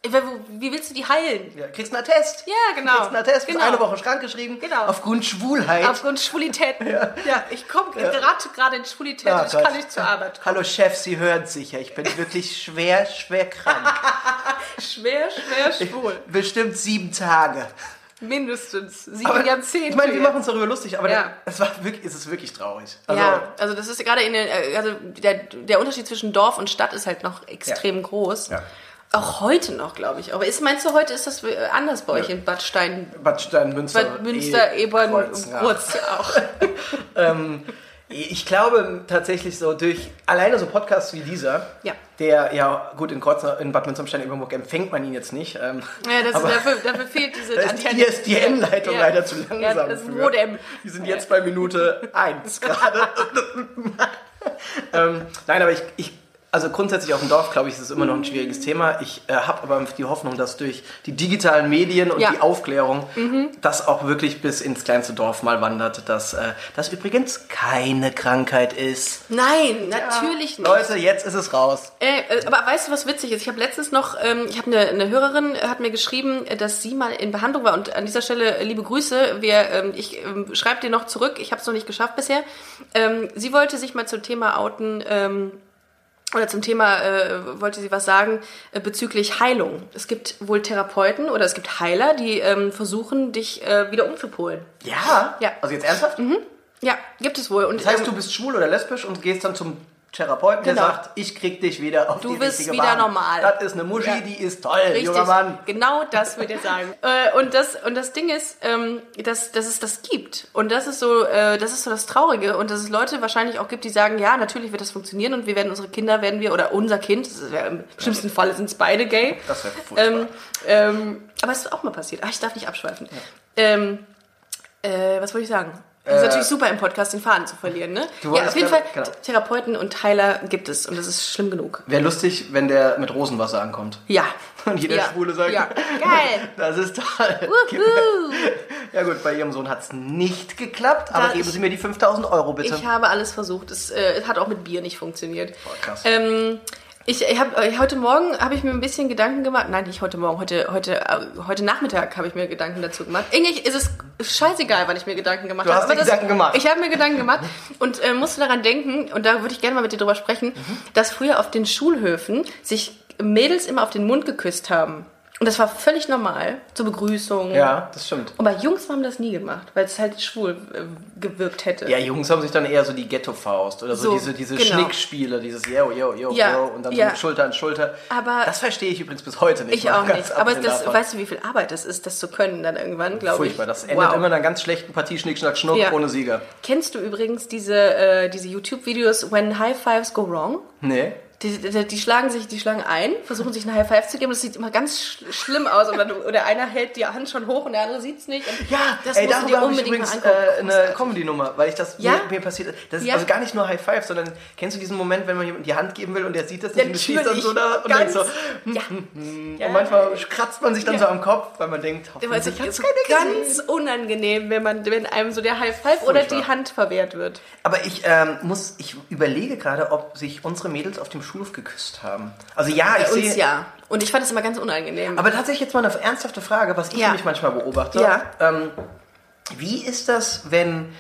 Speaker 1: äh, wie willst du die heilen?
Speaker 2: Ja, kriegst einen Attest.
Speaker 1: Ja, genau.
Speaker 2: Kriegst einen Attest, bist
Speaker 1: Genau.
Speaker 2: eine Woche schrank geschrieben.
Speaker 1: Genau.
Speaker 2: Aufgrund Schwulheit.
Speaker 1: Aufgrund Schwulität. Ja, ich komme gerate gerade in Schwulität
Speaker 2: Ah,
Speaker 1: und ich
Speaker 2: Gott.
Speaker 1: kann nicht zur Arbeit.
Speaker 2: Hallo Chef, Sie hören sicher. Ich bin wirklich schwer, schwer krank.
Speaker 1: Schwer, schwer, schwul.
Speaker 2: Bestimmt sieben Tage.
Speaker 1: Mindestens. Sieben
Speaker 2: Aber
Speaker 1: Jahrzehnte.
Speaker 2: Ich meine, wir
Speaker 1: jetzt.
Speaker 2: machen uns darüber lustig, aber
Speaker 1: Ja.
Speaker 2: der- es war wirklich, es ist wirklich traurig. Also,
Speaker 1: ja, also das ist gerade in den, äh, also der, der Unterschied zwischen Dorf und Stadt ist halt noch extrem groß.
Speaker 2: Ja.
Speaker 1: Auch heute noch, glaube ich. Aber ist, meinst du, heute ist das äh, anders bei euch in Bad Stein,
Speaker 2: Bad Stein, Münster,
Speaker 1: Bad Münster,
Speaker 2: eh,
Speaker 1: Ebern,
Speaker 2: Kreuznach.
Speaker 1: Kurz auch?
Speaker 2: Ich glaube tatsächlich so durch alleine so Podcasts wie dieser,
Speaker 1: Ja.
Speaker 2: der ja gut in Kreuznach, in Bad Münster am Stein Übermburg empfängt man ihn jetzt nicht. Ähm,
Speaker 1: Ja, das,
Speaker 2: aber-
Speaker 1: dafür, dafür fehlt diese
Speaker 2: Da ist die E ISDN-Leitung
Speaker 1: Ja.
Speaker 2: leider zu langsam.
Speaker 1: Ja, das
Speaker 2: für.
Speaker 1: Modem.
Speaker 2: Die sind jetzt bei Minute 1 gerade. ähm, nein, aber ich, ich, also grundsätzlich auf dem Dorf, glaube ich, ist es immer noch
Speaker 1: Mhm.
Speaker 2: ein schwieriges Thema. Ich äh, habe aber die Hoffnung, dass durch die digitalen Medien und
Speaker 1: Ja. Mhm.
Speaker 2: die Aufklärung das auch wirklich bis ins kleinste Dorf mal wandert, dass äh, das übrigens keine Krankheit ist.
Speaker 1: Nein, natürlich nicht.
Speaker 2: Leute, jetzt ist es raus.
Speaker 1: Ey, äh, aber weißt du, was witzig ist? Ich habe letztens noch, ähm, ich habe eine, eine Hörerin, äh, hat mir geschrieben, äh, dass sie mal in Behandlung war. Und an dieser Stelle äh, liebe Grüße. Wir, ähm, ich ähm, schreibe dir noch zurück. Ich habe es noch nicht geschafft bisher. Ähm, sie wollte sich mal zum Thema outen. Ähm, oder zum Thema äh, wollte sie was sagen äh, bezüglich Heilung. Es gibt wohl Therapeuten oder es gibt Heiler, die ähm, versuchen, dich äh, wieder umzupolen.
Speaker 2: Ja?
Speaker 1: Ja.
Speaker 2: Also jetzt ernsthaft?
Speaker 1: Ja, gibt es wohl. Und ähm,
Speaker 2: Das heißt, du bist schwul oder lesbisch und gehst dann zum Therapeuten, der
Speaker 1: Genau.
Speaker 2: sagt, ich krieg dich wieder auf
Speaker 1: Du
Speaker 2: die
Speaker 1: bist
Speaker 2: richtige
Speaker 1: wieder
Speaker 2: Bahn.
Speaker 1: normal.
Speaker 2: Das ist eine Muschi,
Speaker 1: Ja.
Speaker 2: die ist toll, junger
Speaker 1: Richtig,
Speaker 2: Mann.
Speaker 1: genau das würde ich sagen. äh, und, das, und das Ding ist, ähm, dass, dass es das gibt. Und das ist, so, äh, das ist so das Traurige. Und dass es Leute wahrscheinlich auch gibt, die sagen, ja, natürlich wird das funktionieren und wir werden unsere Kinder, werden wir, oder unser Kind, das wär, im schlimmsten Fall sind es beide gay.
Speaker 2: Das wäre furchtbar.
Speaker 1: ähm, ähm, aber es ist auch mal passiert. Ach, ich darf nicht abschweifen. Ähm, äh, was wollte ich sagen? Das ist natürlich super im Podcast, den Faden zu verlieren, ne?
Speaker 2: Äh, Du
Speaker 1: ja,
Speaker 2: wolltest
Speaker 1: auf jeden Fall,
Speaker 2: gerade- genau.
Speaker 1: Therapeuten und Heiler gibt es und das ist schlimm genug.
Speaker 2: Wäre lustig, wenn der mit Rosenwasser ankommt.
Speaker 1: Ja.
Speaker 2: Und jeder
Speaker 1: ja.
Speaker 2: Schwule sagt,
Speaker 1: Ja. Geil.
Speaker 2: das ist toll.
Speaker 1: Wuhu.
Speaker 2: Ja gut, bei ihrem Sohn hat es nicht geklappt, aber
Speaker 1: Da
Speaker 2: geben
Speaker 1: ich-
Speaker 2: Sie mir die 5000 Euro bitte.
Speaker 1: Ich habe alles versucht. Es äh, hat auch mit Bier nicht funktioniert.
Speaker 2: krass.
Speaker 1: Ähm, ich ich habe heute Morgen habe ich mir ein bisschen Gedanken gemacht. Nein, nicht heute Morgen. Heute heute äh, heute Nachmittag habe ich mir Gedanken dazu gemacht. Eigentlich ist es scheißegal, wann ich mir Gedanken gemacht
Speaker 2: Du
Speaker 1: habe.
Speaker 2: hast dir
Speaker 1: aber das-
Speaker 2: Gedanken gemacht.
Speaker 1: Ich habe mir Gedanken gemacht und äh, musste daran denken. Und da würde ich gerne mal mit dir drüber sprechen, dass früher auf den Schulhöfen sich Mädels immer auf den Mund geküsst haben. Und das war völlig normal zur Begrüßung.
Speaker 2: ja, das stimmt.
Speaker 1: Und bei Jungs haben das nie gemacht, weil es halt schwul äh, gewirkt hätte.
Speaker 2: Ja, Jungs haben sich dann eher so die Ghetto-Faust oder so,
Speaker 1: So,
Speaker 2: diese, diese
Speaker 1: genau.
Speaker 2: Schnickspiele, dieses yo, yo, yo,
Speaker 1: Ja,
Speaker 2: yo und dann
Speaker 1: ja.
Speaker 2: so Schulter an Schulter.
Speaker 1: Aber-
Speaker 2: das verstehe ich übrigens bis heute nicht.
Speaker 1: Ich
Speaker 2: mal
Speaker 1: auch
Speaker 2: ganz
Speaker 1: nicht. Aber
Speaker 2: abgesehen
Speaker 1: das,
Speaker 2: davon.
Speaker 1: weißt du, wie viel Arbeit das ist, das zu können dann irgendwann, glaube ich.
Speaker 2: Furchtbar, das endet immer in einer ganz schlechten Partie Schnick, Schnack, Schnuck
Speaker 1: Ja.
Speaker 2: ohne Sieger.
Speaker 1: Kennst du übrigens diese, äh, diese YouTube-Videos When High Fives Go Wrong?
Speaker 2: Nee.
Speaker 1: Die, die, die schlagen sich, die schlagen ein, versuchen sich eine High Five zu geben. Das sieht immer ganz sch schlimm aus. Oder, du- oder einer hält die Hand schon hoch und der andere sieht's nicht. Und
Speaker 2: Ja,
Speaker 1: das
Speaker 2: ey,
Speaker 1: musst du
Speaker 2: darüber
Speaker 1: dir
Speaker 2: habe ich
Speaker 1: unbedingt
Speaker 2: übrigens
Speaker 1: mal
Speaker 2: äh,
Speaker 1: angucken.
Speaker 2: eine Comedy-Nummer, weil ich das
Speaker 1: Ja?
Speaker 2: mir, mir passiert ist. Das ist
Speaker 1: Ja.
Speaker 2: also gar nicht nur High Five, sondern kennst du diesen Moment, wenn man jemandem die Hand geben will und der sieht das nicht und du stehst dann so da und
Speaker 1: Ganz-
Speaker 2: denkst so. hm,
Speaker 1: ja. ja.
Speaker 2: Und manchmal kratzt man sich dann
Speaker 1: Ja.
Speaker 2: so am Kopf, weil man denkt,
Speaker 1: Weil es
Speaker 2: hoffentlich
Speaker 1: ist
Speaker 2: hat's
Speaker 1: so
Speaker 2: keiner gesehen.
Speaker 1: ganz unangenehm, wenn, man, wenn einem so der High Five oder die
Speaker 2: Furchtbar.
Speaker 1: Hand verwehrt wird.
Speaker 2: Aber ich ähm, muss, ich überlege gerade, ob sich unsere Mädels auf dem Schulhof geküsst haben. Also ja, ich
Speaker 1: Bei Äh, uns
Speaker 2: sehe.
Speaker 1: ja. Und ich fand das immer ganz unangenehm.
Speaker 2: Aber tatsächlich jetzt mal eine ernsthafte Frage, was ich
Speaker 1: Ja.
Speaker 2: Ähm, mich manchmal beobachte.
Speaker 1: Ja.
Speaker 2: Ähm, wie ist das, wenn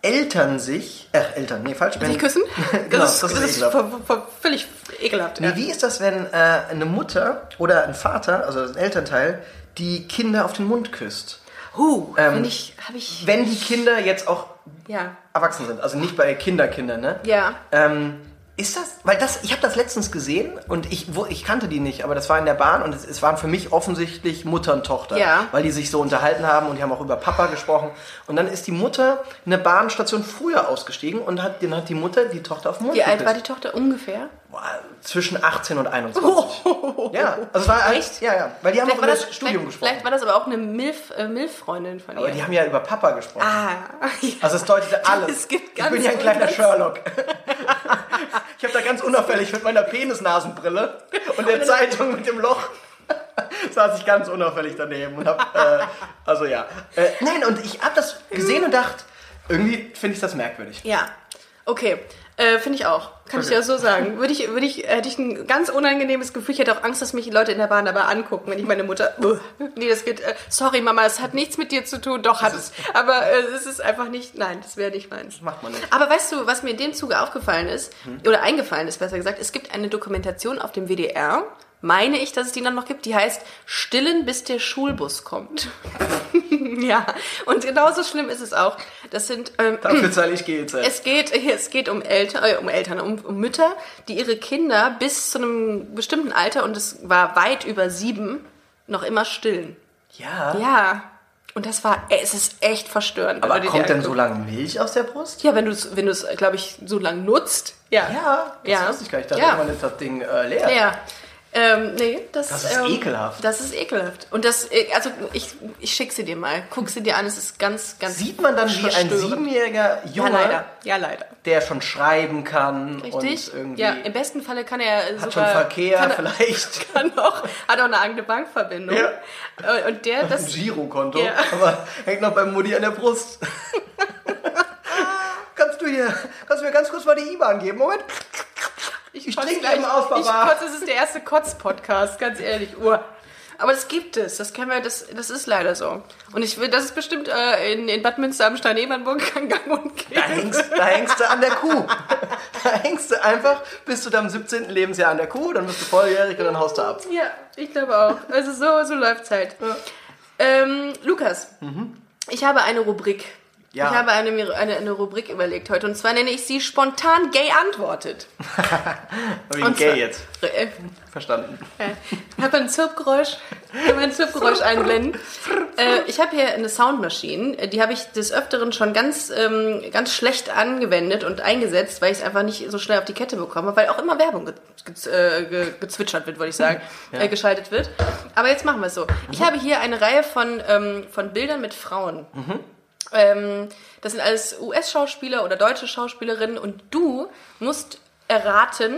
Speaker 2: Eltern sich, äh, Eltern, nee, falsch.
Speaker 1: Sich
Speaker 2: Wenn,
Speaker 1: küssen?
Speaker 2: Genau,
Speaker 1: das ist,
Speaker 2: das
Speaker 1: das
Speaker 2: ist
Speaker 1: ist
Speaker 2: ekelhaft.
Speaker 1: ver- ver- völlig ekelhaft.
Speaker 2: nee, wie ist das, wenn äh, eine Mutter oder ein Vater, also ein Elternteil, die Kinder auf den Mund küsst?
Speaker 1: Huh,
Speaker 2: Ähm,
Speaker 1: bin ich, habe ich,
Speaker 2: Wenn die Kinder jetzt auch
Speaker 1: ja.
Speaker 2: erwachsen sind, also nicht bei Kinderkindern, ne?
Speaker 1: Ja.
Speaker 2: Ähm, ist das, weil das, ich habe das letztens gesehen und ich, wo, ich kannte die nicht, aber das war in der Bahn und es, es waren für mich offensichtlich Mutter und Tochter,
Speaker 1: Ja.
Speaker 2: weil die sich so unterhalten haben und die haben auch über Papa gesprochen. Und dann ist die Mutter eine Bahnstation früher ausgestiegen und hat, dann hat die Mutter die Tochter auf den Mund
Speaker 1: Wie alt
Speaker 2: geküsst.
Speaker 1: war die Tochter ungefähr?
Speaker 2: Boah, zwischen 18 und 21. Ja, also es war
Speaker 1: Echt?
Speaker 2: Ja, ja, weil die haben auch über das Studium
Speaker 1: vielleicht,
Speaker 2: gesprochen.
Speaker 1: vielleicht war das aber auch eine Milf, äh, Milf-Freundin von
Speaker 2: Aber
Speaker 1: ihr.
Speaker 2: die haben ja über Papa gesprochen.
Speaker 1: ah, ja.
Speaker 2: Also es deutete alles.
Speaker 1: Es gibt
Speaker 2: ich
Speaker 1: ganz
Speaker 2: bin ja ein kleiner
Speaker 1: anders.
Speaker 2: Sherlock. Ich habe da ganz unauffällig mit meiner Penisnasenbrille und der Zeitung mit dem Loch saß ich ganz unauffällig daneben und hab, äh, also ja. Äh, nein, und ich hab das gesehen und dachte, irgendwie finde ich das merkwürdig.
Speaker 1: Ja, okay. Äh, Finde ich auch. Kann ich
Speaker 2: Okay.
Speaker 1: dir so sagen. Würde ich, würde ich, hätte ich ein ganz unangenehmes Gefühl. Ich hätte auch Angst, dass mich die Leute in der Bahn dabei angucken, wenn ich meine Mutter. Buh. Nee, das geht. Äh, sorry, Mama, es hat nichts mit dir zu tun. Doch, hat es. Aber äh, es ist einfach nicht. Nein, das wäre nicht meins.
Speaker 2: Macht man nicht. Hm?
Speaker 1: Aber weißt du, was mir in dem Zuge aufgefallen ist, oder eingefallen ist, besser gesagt, es gibt eine Dokumentation auf dem WDR, meine ich, dass es die dann noch gibt, die heißt Stillen, bis der Schulbus kommt. ja, und genauso schlimm ist es auch. Das sind ähm,
Speaker 2: Dafür zahle ich äh, GEZ.
Speaker 1: es geht, es geht um Eltern, äh, um Eltern, um, um Mütter, die ihre Kinder bis zu einem bestimmten Alter, und es war weit über sieben, noch immer stillen.
Speaker 2: ja.
Speaker 1: Ja. Und das war, es ist echt verstörend. wenn
Speaker 2: Aber
Speaker 1: du dir die
Speaker 2: kommt denn
Speaker 1: anguckst.
Speaker 2: so lange Milch aus der Brust?
Speaker 1: Ja, wenn du es, wenn du es, glaube ich, so lang nutzt. Ja.
Speaker 2: Ja, das
Speaker 1: Ja.
Speaker 2: wusste ich gar nicht. Ich dachte,
Speaker 1: Ja.
Speaker 2: irgendwann ist das Ding äh, leer.
Speaker 1: Ja. Ähm, nee, das,
Speaker 2: Das ist
Speaker 1: ähm,
Speaker 2: ekelhaft.
Speaker 1: Das ist ekelhaft. Und das, äh, also ich, ich schick sie dir mal. Guck sie dir an, es ist ganz, ganz.
Speaker 2: Sieht man dann, wie ein
Speaker 1: verstörend.
Speaker 2: siebenjähriger
Speaker 1: Ja,
Speaker 2: Junge,
Speaker 1: leider. Ja, leider.
Speaker 2: der schon schreiben kann
Speaker 1: Richtig?
Speaker 2: und irgendwie
Speaker 1: ja, im besten Falle kann er äh,
Speaker 2: hat schon
Speaker 1: sogar.
Speaker 2: Verkehr
Speaker 1: kann er-
Speaker 2: vielleicht.
Speaker 1: kann auch, hat auch eine eigene Bankverbindung.
Speaker 2: Ja.
Speaker 1: Äh, Und der,
Speaker 2: ein
Speaker 1: das,
Speaker 2: Girokonto,
Speaker 1: Ja.
Speaker 2: aber hängt noch beim Mutti an der Brust. kannst, du hier, kannst du mir ganz kurz mal die IBAN geben? Moment. Ich
Speaker 1: kotze
Speaker 2: trinke
Speaker 1: gleich-
Speaker 2: eben aus,
Speaker 1: Ich
Speaker 2: Papa.
Speaker 1: kotze, es ist der erste Kotz-Podcast, ganz ehrlich. Uah. Aber das gibt es, das können wir, das, das ist leider so. Und ich will, das ist bestimmt äh, in, in Bad Münster am Stein-Ebernburg kein Gang und
Speaker 2: Da
Speaker 1: Gäbe.
Speaker 2: hängst, da hängst du an der Kuh. Da hängst du einfach bis zu deinem 17. Lebensjahr an der Kuh, dann bist du volljährig und dann haust du ab.
Speaker 1: Ja, ich glaube auch. Also so, so läuft's halt. Ähm, Lukas, ich habe eine Rubrik.
Speaker 2: Ja.
Speaker 1: Ich habe eine, eine, eine Rubrik überlegt heute. Und zwar nenne ich sie spontan gay antwortet.
Speaker 2: Wegen
Speaker 1: Und zwar-
Speaker 2: Gay jetzt.
Speaker 1: Äh,
Speaker 2: Verstanden.
Speaker 1: Hat man Äh, ein Zirpgeräusch? Kann man ein Zirpgeräusch einblenden? Äh, ich habe hier eine Soundmaschine, äh, die habe ich des Öfteren schon ganz, ähm, ganz schlecht angewendet und eingesetzt, weil ich es einfach nicht so schnell auf die Kette bekomme, weil auch immer Werbung ge ge äh, ge gezwitschert wird, würde ich sagen, äh, geschaltet wird. Aber jetzt machen wir es so. Ich habe hier eine Reihe von, ähm, von Bildern mit Frauen. Ähm, das sind alles US-Schauspieler oder deutsche Schauspielerinnen und du musst erraten,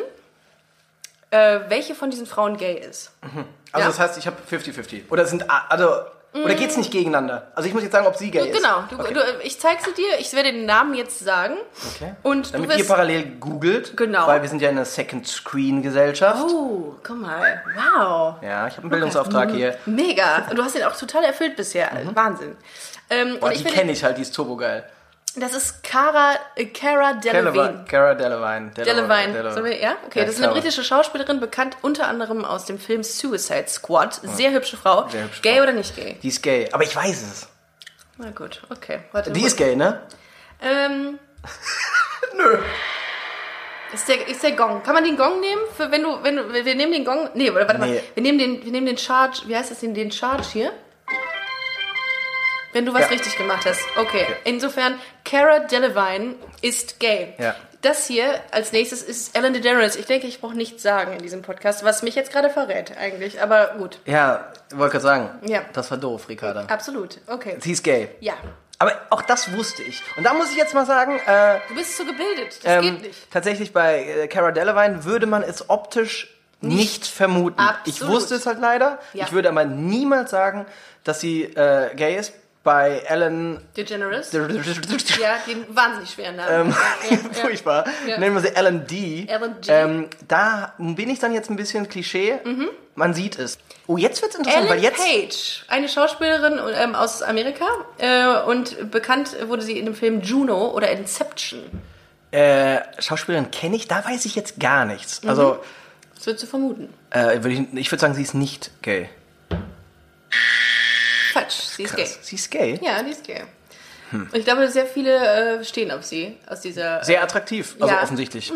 Speaker 1: äh, welche von diesen Frauen gay ist.
Speaker 2: Also
Speaker 1: Ja. Mm.
Speaker 2: das heißt, ich habe 50-50. Oder sind a- also oder geht's nicht gegeneinander? Also ich muss jetzt sagen, ob sie gay ist.
Speaker 1: Genau, du,
Speaker 2: okay.
Speaker 1: du, ich zeige sie dir, ich werde den Namen jetzt sagen.
Speaker 2: okay.
Speaker 1: Und
Speaker 2: Damit
Speaker 1: du
Speaker 2: ihr
Speaker 1: wirst.
Speaker 2: parallel googelt,
Speaker 1: Genau.
Speaker 2: weil wir sind ja in einer Second Screen Gesellschaft.
Speaker 1: Oh, guck mal. Wow.
Speaker 2: Ja, ich habe einen
Speaker 1: Mhm.
Speaker 2: Bildungsauftrag hier.
Speaker 1: Mega. Und du hast ihn auch total erfüllt bisher. Wahnsinn. Ähm,
Speaker 2: Boah,
Speaker 1: und ich
Speaker 2: Mhm. die
Speaker 1: finde,
Speaker 2: kenne ich halt, die ist turbo geil.
Speaker 1: das ist Cara, äh, Cara
Speaker 2: Delevingne.
Speaker 1: Delevingne.
Speaker 2: Cara Delevingne.
Speaker 1: Delevingne.
Speaker 2: Delevingne.
Speaker 1: Sollen wir- Ja, okay.
Speaker 2: Ja,
Speaker 1: das ist
Speaker 2: ich
Speaker 1: eine
Speaker 2: glaube.
Speaker 1: britische Schauspielerin, bekannt unter anderem aus dem Film Suicide Squad. Sehr hübsche Frau.
Speaker 2: Sehr hübsche
Speaker 1: gay
Speaker 2: Frau.
Speaker 1: oder nicht gay?
Speaker 2: Die ist gay, aber ich weiß es.
Speaker 1: Na gut, okay. Warte,
Speaker 2: Die ist gay, ne?
Speaker 1: Ähm,
Speaker 2: Nö.
Speaker 1: Ist der, ist der Gong. Kann man den Gong nehmen? Für wenn du, wenn du, wir nehmen den Gong. Nee, warte, warte mal.
Speaker 2: Nee.
Speaker 1: Wir nehmen den, wir nehmen den Charge. Wie heißt das denn? Den Charge hier? Wenn du was
Speaker 2: Ja.
Speaker 1: richtig gemacht hast. Okay. Insofern, Cara Delevingne ist gay.
Speaker 2: Ja.
Speaker 1: Das hier als nächstes ist Ellen DeGeneres. Ich denke, ich brauche nichts sagen in diesem Podcast, was mich jetzt gerade verrät eigentlich. Aber gut.
Speaker 2: Ja, wollte gerade sagen.
Speaker 1: Ja.
Speaker 2: Das war doof, Ricarda.
Speaker 1: Absolut. Okay.
Speaker 2: Sie ist gay.
Speaker 1: Ja.
Speaker 2: Aber auch das wusste ich. Und da muss ich jetzt mal sagen, äh,
Speaker 1: Du bist zu gebildet. Das
Speaker 2: ähm,
Speaker 1: geht nicht.
Speaker 2: tatsächlich bei äh, Cara Delevingne würde man es optisch nicht, vermuten. Ich
Speaker 1: Absolut.
Speaker 2: wusste es halt leider.
Speaker 1: Ja.
Speaker 2: Ich würde aber niemals sagen, dass sie äh, gay ist. bei Ellen.
Speaker 1: DeGeneres. ja, den wahnsinnig schweren Namen.
Speaker 2: Ähm, Furchtbar.
Speaker 1: Ja.
Speaker 2: Nennen wir sie Ellen D.
Speaker 1: Ellen D.
Speaker 2: Ähm, da bin ich dann jetzt ein bisschen Klischee. Man sieht es. Oh, jetzt wird's interessant,
Speaker 1: Ellen
Speaker 2: weil jetzt.
Speaker 1: Mhm. Page, eine Schauspielerin ähm, aus Amerika äh, und bekannt wurde sie in dem Film Juno oder Inception.
Speaker 2: Äh, Schauspielerin kenne ich, da weiß ich jetzt gar nichts.
Speaker 1: Mhm.
Speaker 2: Also,
Speaker 1: Das würdest du vermuten.
Speaker 2: äh, würd ich, ich würde sagen, sie ist nicht gay.
Speaker 1: Quatsch, sie ist
Speaker 2: Krass. Hm.
Speaker 1: gay.
Speaker 2: Sie ist gay?
Speaker 1: Ja, die ist gay. Und ich glaube, sehr viele äh, stehen auf sie, aus dieser...
Speaker 2: Sehr attraktiv, also
Speaker 1: Ja. Mhm.
Speaker 2: offensichtlich.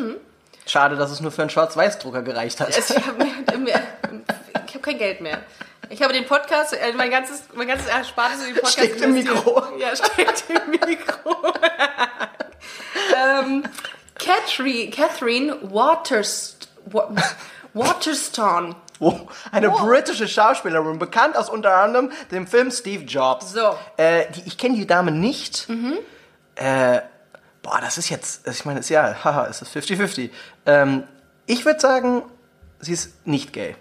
Speaker 2: Schade, dass es nur für einen Schwarz-Weiß-Drucker gereicht hat.
Speaker 1: Also ich habe hab kein Geld mehr. Ich habe den Podcast, äh, mein ganzes, mein ganzes Erspartes in den Podcast
Speaker 2: Steckt im
Speaker 1: investiert.
Speaker 2: Mikro.
Speaker 1: Ja, steckt im Mikro. ähm, Catherine, Catherine Waterst, Wa- Waterston.
Speaker 2: Oh, eine
Speaker 1: Oh.
Speaker 2: britische Schauspielerin, bekannt aus unter anderem dem Film Steve Jobs.
Speaker 1: So. Mhm.
Speaker 2: Äh, die, ich kenne die Dame nicht. Äh, boah, das ist jetzt, ich meine, ist ja, haha, es ist 50-50. Ähm, ich würde sagen, sie ist nicht gay.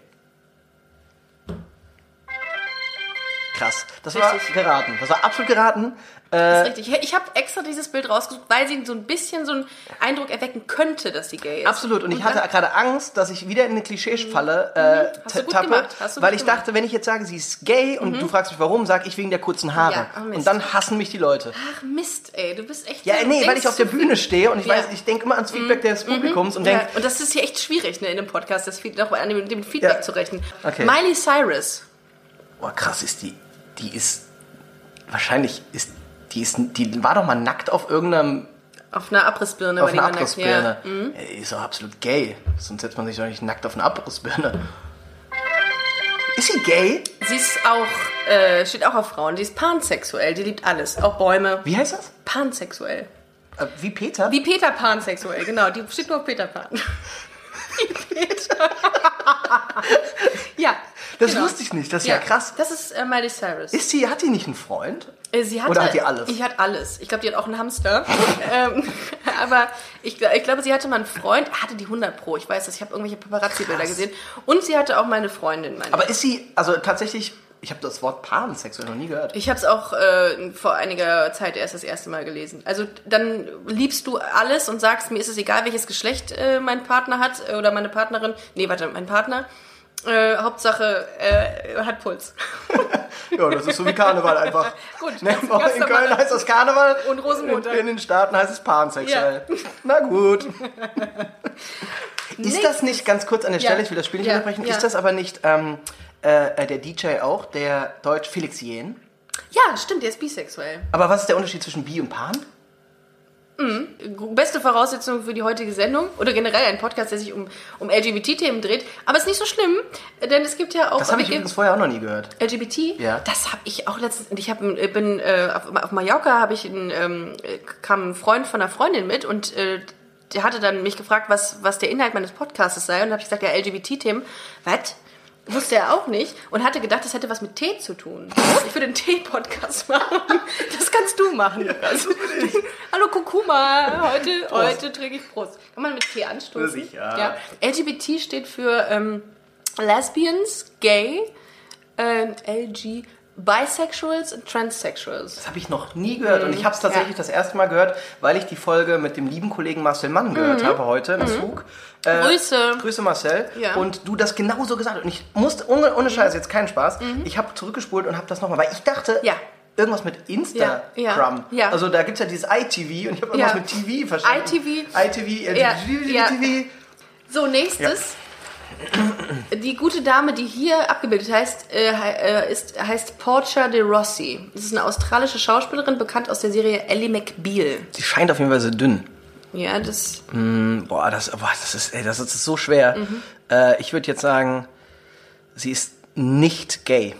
Speaker 2: Krass, das war
Speaker 1: Richtig.
Speaker 2: geraten. Das war absolut geraten. Äh.
Speaker 1: Das ist richtig. Ich habe extra dieses Bild rausgesucht, weil sie so ein bisschen so einen Eindruck erwecken könnte, dass sie gay ist.
Speaker 2: Absolut. Und ich hatte
Speaker 1: dann- Mhm.
Speaker 2: gerade Angst, dass ich wieder in eine Klischeefalle äh,
Speaker 1: Hast
Speaker 2: ta-
Speaker 1: du gut
Speaker 2: tappe,
Speaker 1: gemacht. Hast du
Speaker 2: weil
Speaker 1: gut
Speaker 2: ich dachte, wenn ich jetzt sage, sie ist gay und du fragst mich warum, sag ich wegen der kurzen Haare.
Speaker 1: Ja, oh Mist.
Speaker 2: und dann hassen mich die Leute.
Speaker 1: Ach Mist, ey, du bist echt.
Speaker 2: Ja,
Speaker 1: so-
Speaker 2: nee, weil
Speaker 1: denkst
Speaker 2: ich auf der
Speaker 1: du-
Speaker 2: Bühne stehe und ich
Speaker 1: Ja. Mhm.
Speaker 2: weiß, ich denke immer ans Feedback des Publikums und
Speaker 1: Ja,
Speaker 2: denke,
Speaker 1: und das ist hier echt schwierig, ne, in einem Podcast, das Feed, noch an dem, dem Feedback
Speaker 2: Ja.
Speaker 1: zu rechnen.
Speaker 2: Okay.
Speaker 1: Miley Cyrus.
Speaker 2: boah, krass ist die, die ist, wahrscheinlich ist, die ist, die war doch mal nackt auf irgendeinem,
Speaker 1: Auf einer Abrissbirne
Speaker 2: auf
Speaker 1: war die
Speaker 2: einer
Speaker 1: mal nackt,
Speaker 2: Abrissbirne.
Speaker 1: Ja. Mhm.
Speaker 2: Ey, Die ist doch absolut gay. Sonst setzt man sich doch nicht nackt auf eine Abrissbirne. Ist sie gay?
Speaker 1: Sie ist auch, äh, steht auch auf Frauen. Die ist pansexuell, die liebt alles. Auch Bäume.
Speaker 2: Wie heißt das?
Speaker 1: Pansexuell.
Speaker 2: Äh, Wie Peter?
Speaker 1: Wie Peter pansexuell, genau. Die steht nur auf Peter Pan. Wie Peter. ja.
Speaker 2: Das
Speaker 1: Genau.
Speaker 2: wusste ich nicht, das ist ja, krass.
Speaker 1: Das ist äh, Miley Cyrus.
Speaker 2: Ist sie, hat die nicht einen Freund?
Speaker 1: Äh, Sie hatte,
Speaker 2: Oder hat die alles?
Speaker 1: Ich hatte alles. Ich glaube, die hat auch einen Hamster. ähm, aber ich, gl- ich glaube, sie hatte mal einen Freund, hatte die 100 Pro. Ich weiß das, ich habe irgendwelche Paparazzi-Bilder
Speaker 2: Krass.
Speaker 1: gesehen. Und sie hatte auch meine Freundin. Meine
Speaker 2: Aber ist sie, also tatsächlich, ich habe das Wort pansexuell noch nie gehört.
Speaker 1: ich habe es auch äh, vor einiger Zeit erst das erste Mal gelesen. Also dann liebst du alles und sagst, mir ist es egal, welches Geschlecht äh, mein Partner hat äh, oder meine Partnerin. Nee, warte, mein Partner. Äh, Hauptsache, äh, er hat Puls.
Speaker 2: ja, das ist so wie Karneval einfach.
Speaker 1: Gut,
Speaker 2: Ne,
Speaker 1: das ist ganz
Speaker 2: in Köln
Speaker 1: normal.
Speaker 2: heißt das Karneval.
Speaker 1: Und Rosenmontag.
Speaker 2: In, in den Staaten heißt es pansexuell. Na gut. ist das nicht, ganz kurz an der
Speaker 1: Ja.
Speaker 2: Stelle, ich will das Spiel nicht
Speaker 1: Ja.
Speaker 2: unterbrechen,
Speaker 1: Ja.
Speaker 2: ist das aber nicht ähm, äh, äh, der DJ auch, der Deutsch Felix Jähn?
Speaker 1: Ja, stimmt, der ist bisexuell.
Speaker 2: Aber was ist der Unterschied zwischen Bi und Pan?
Speaker 1: beste Voraussetzung für die heutige Sendung oder generell ein Podcast, der sich um, um LGBT-Themen dreht. Aber ist nicht so schlimm, denn es gibt ja auch
Speaker 2: Das habe ich
Speaker 1: wir-
Speaker 2: übrigens vorher auch noch nie gehört.
Speaker 1: LGBT.
Speaker 2: Ja.
Speaker 1: Das habe ich auch letztens. Ich hab, ein- bin äh, auf, auf Mallorca habe ich einen, ähm, äh, kam ein Freund von einer Freundin mit und äh, der hatte dann mich gefragt, was was der Inhalt meines Podcasts sei und habe ich gesagt, ja LGBT-Themen. Was? Wusste er auch nicht und hatte gedacht, das hätte was mit Tee zu tun. Ich würde einen Tee-Podcast machen. Das kannst du machen. Also, Hallo Kurkuma, heute, heute trinke ich Prost. Kann man mit Tee anstoßen?
Speaker 2: Sicher.
Speaker 1: Ja. LGBT steht für ähm, Lesbians, Gay, ähm, LG, Bisexuals und Transsexuals.
Speaker 2: Das habe ich noch nie gehört und ich
Speaker 1: Mhm.
Speaker 2: habe es tatsächlich das erste Mal gehört, weil ich die Folge mit dem lieben Kollegen Marcel Mann
Speaker 1: Mhm.
Speaker 2: gehört habe heute im Zug. Äh,
Speaker 1: Grüße.
Speaker 2: Grüße Marcel.
Speaker 1: Ja. Mhm.
Speaker 2: Und du das genauso gesagt hast. Und ich musste, ohne, ohne Scheiß, jetzt kein Spaß, ich habe zurückgespult und habe das nochmal, weil ich dachte,
Speaker 1: Ja.
Speaker 2: irgendwas mit Instagram.
Speaker 1: Ja, ja, ja.
Speaker 2: Also da gibt es ja dieses ITV und ich habe irgendwas
Speaker 1: Ja.
Speaker 2: mit TV verstanden.
Speaker 1: ITV.
Speaker 2: ITV,
Speaker 1: Ja,
Speaker 2: ITV,
Speaker 1: ja.
Speaker 2: ITV.
Speaker 1: So, nächstes. Die gute Dame, die hier abgebildet heißt, äh, hei- äh, ist, heißt Portia de Rossi. Das ist eine australische Schauspielerin, bekannt aus der Serie Ellie McBeal.
Speaker 2: Sie scheint auf jeden Fall so dünn.
Speaker 1: Ja, das
Speaker 2: Boah, das, boah, das, ist, ey, das ist so schwer.
Speaker 1: Mhm.
Speaker 2: Äh, ich würde jetzt sagen, sie ist nicht gay.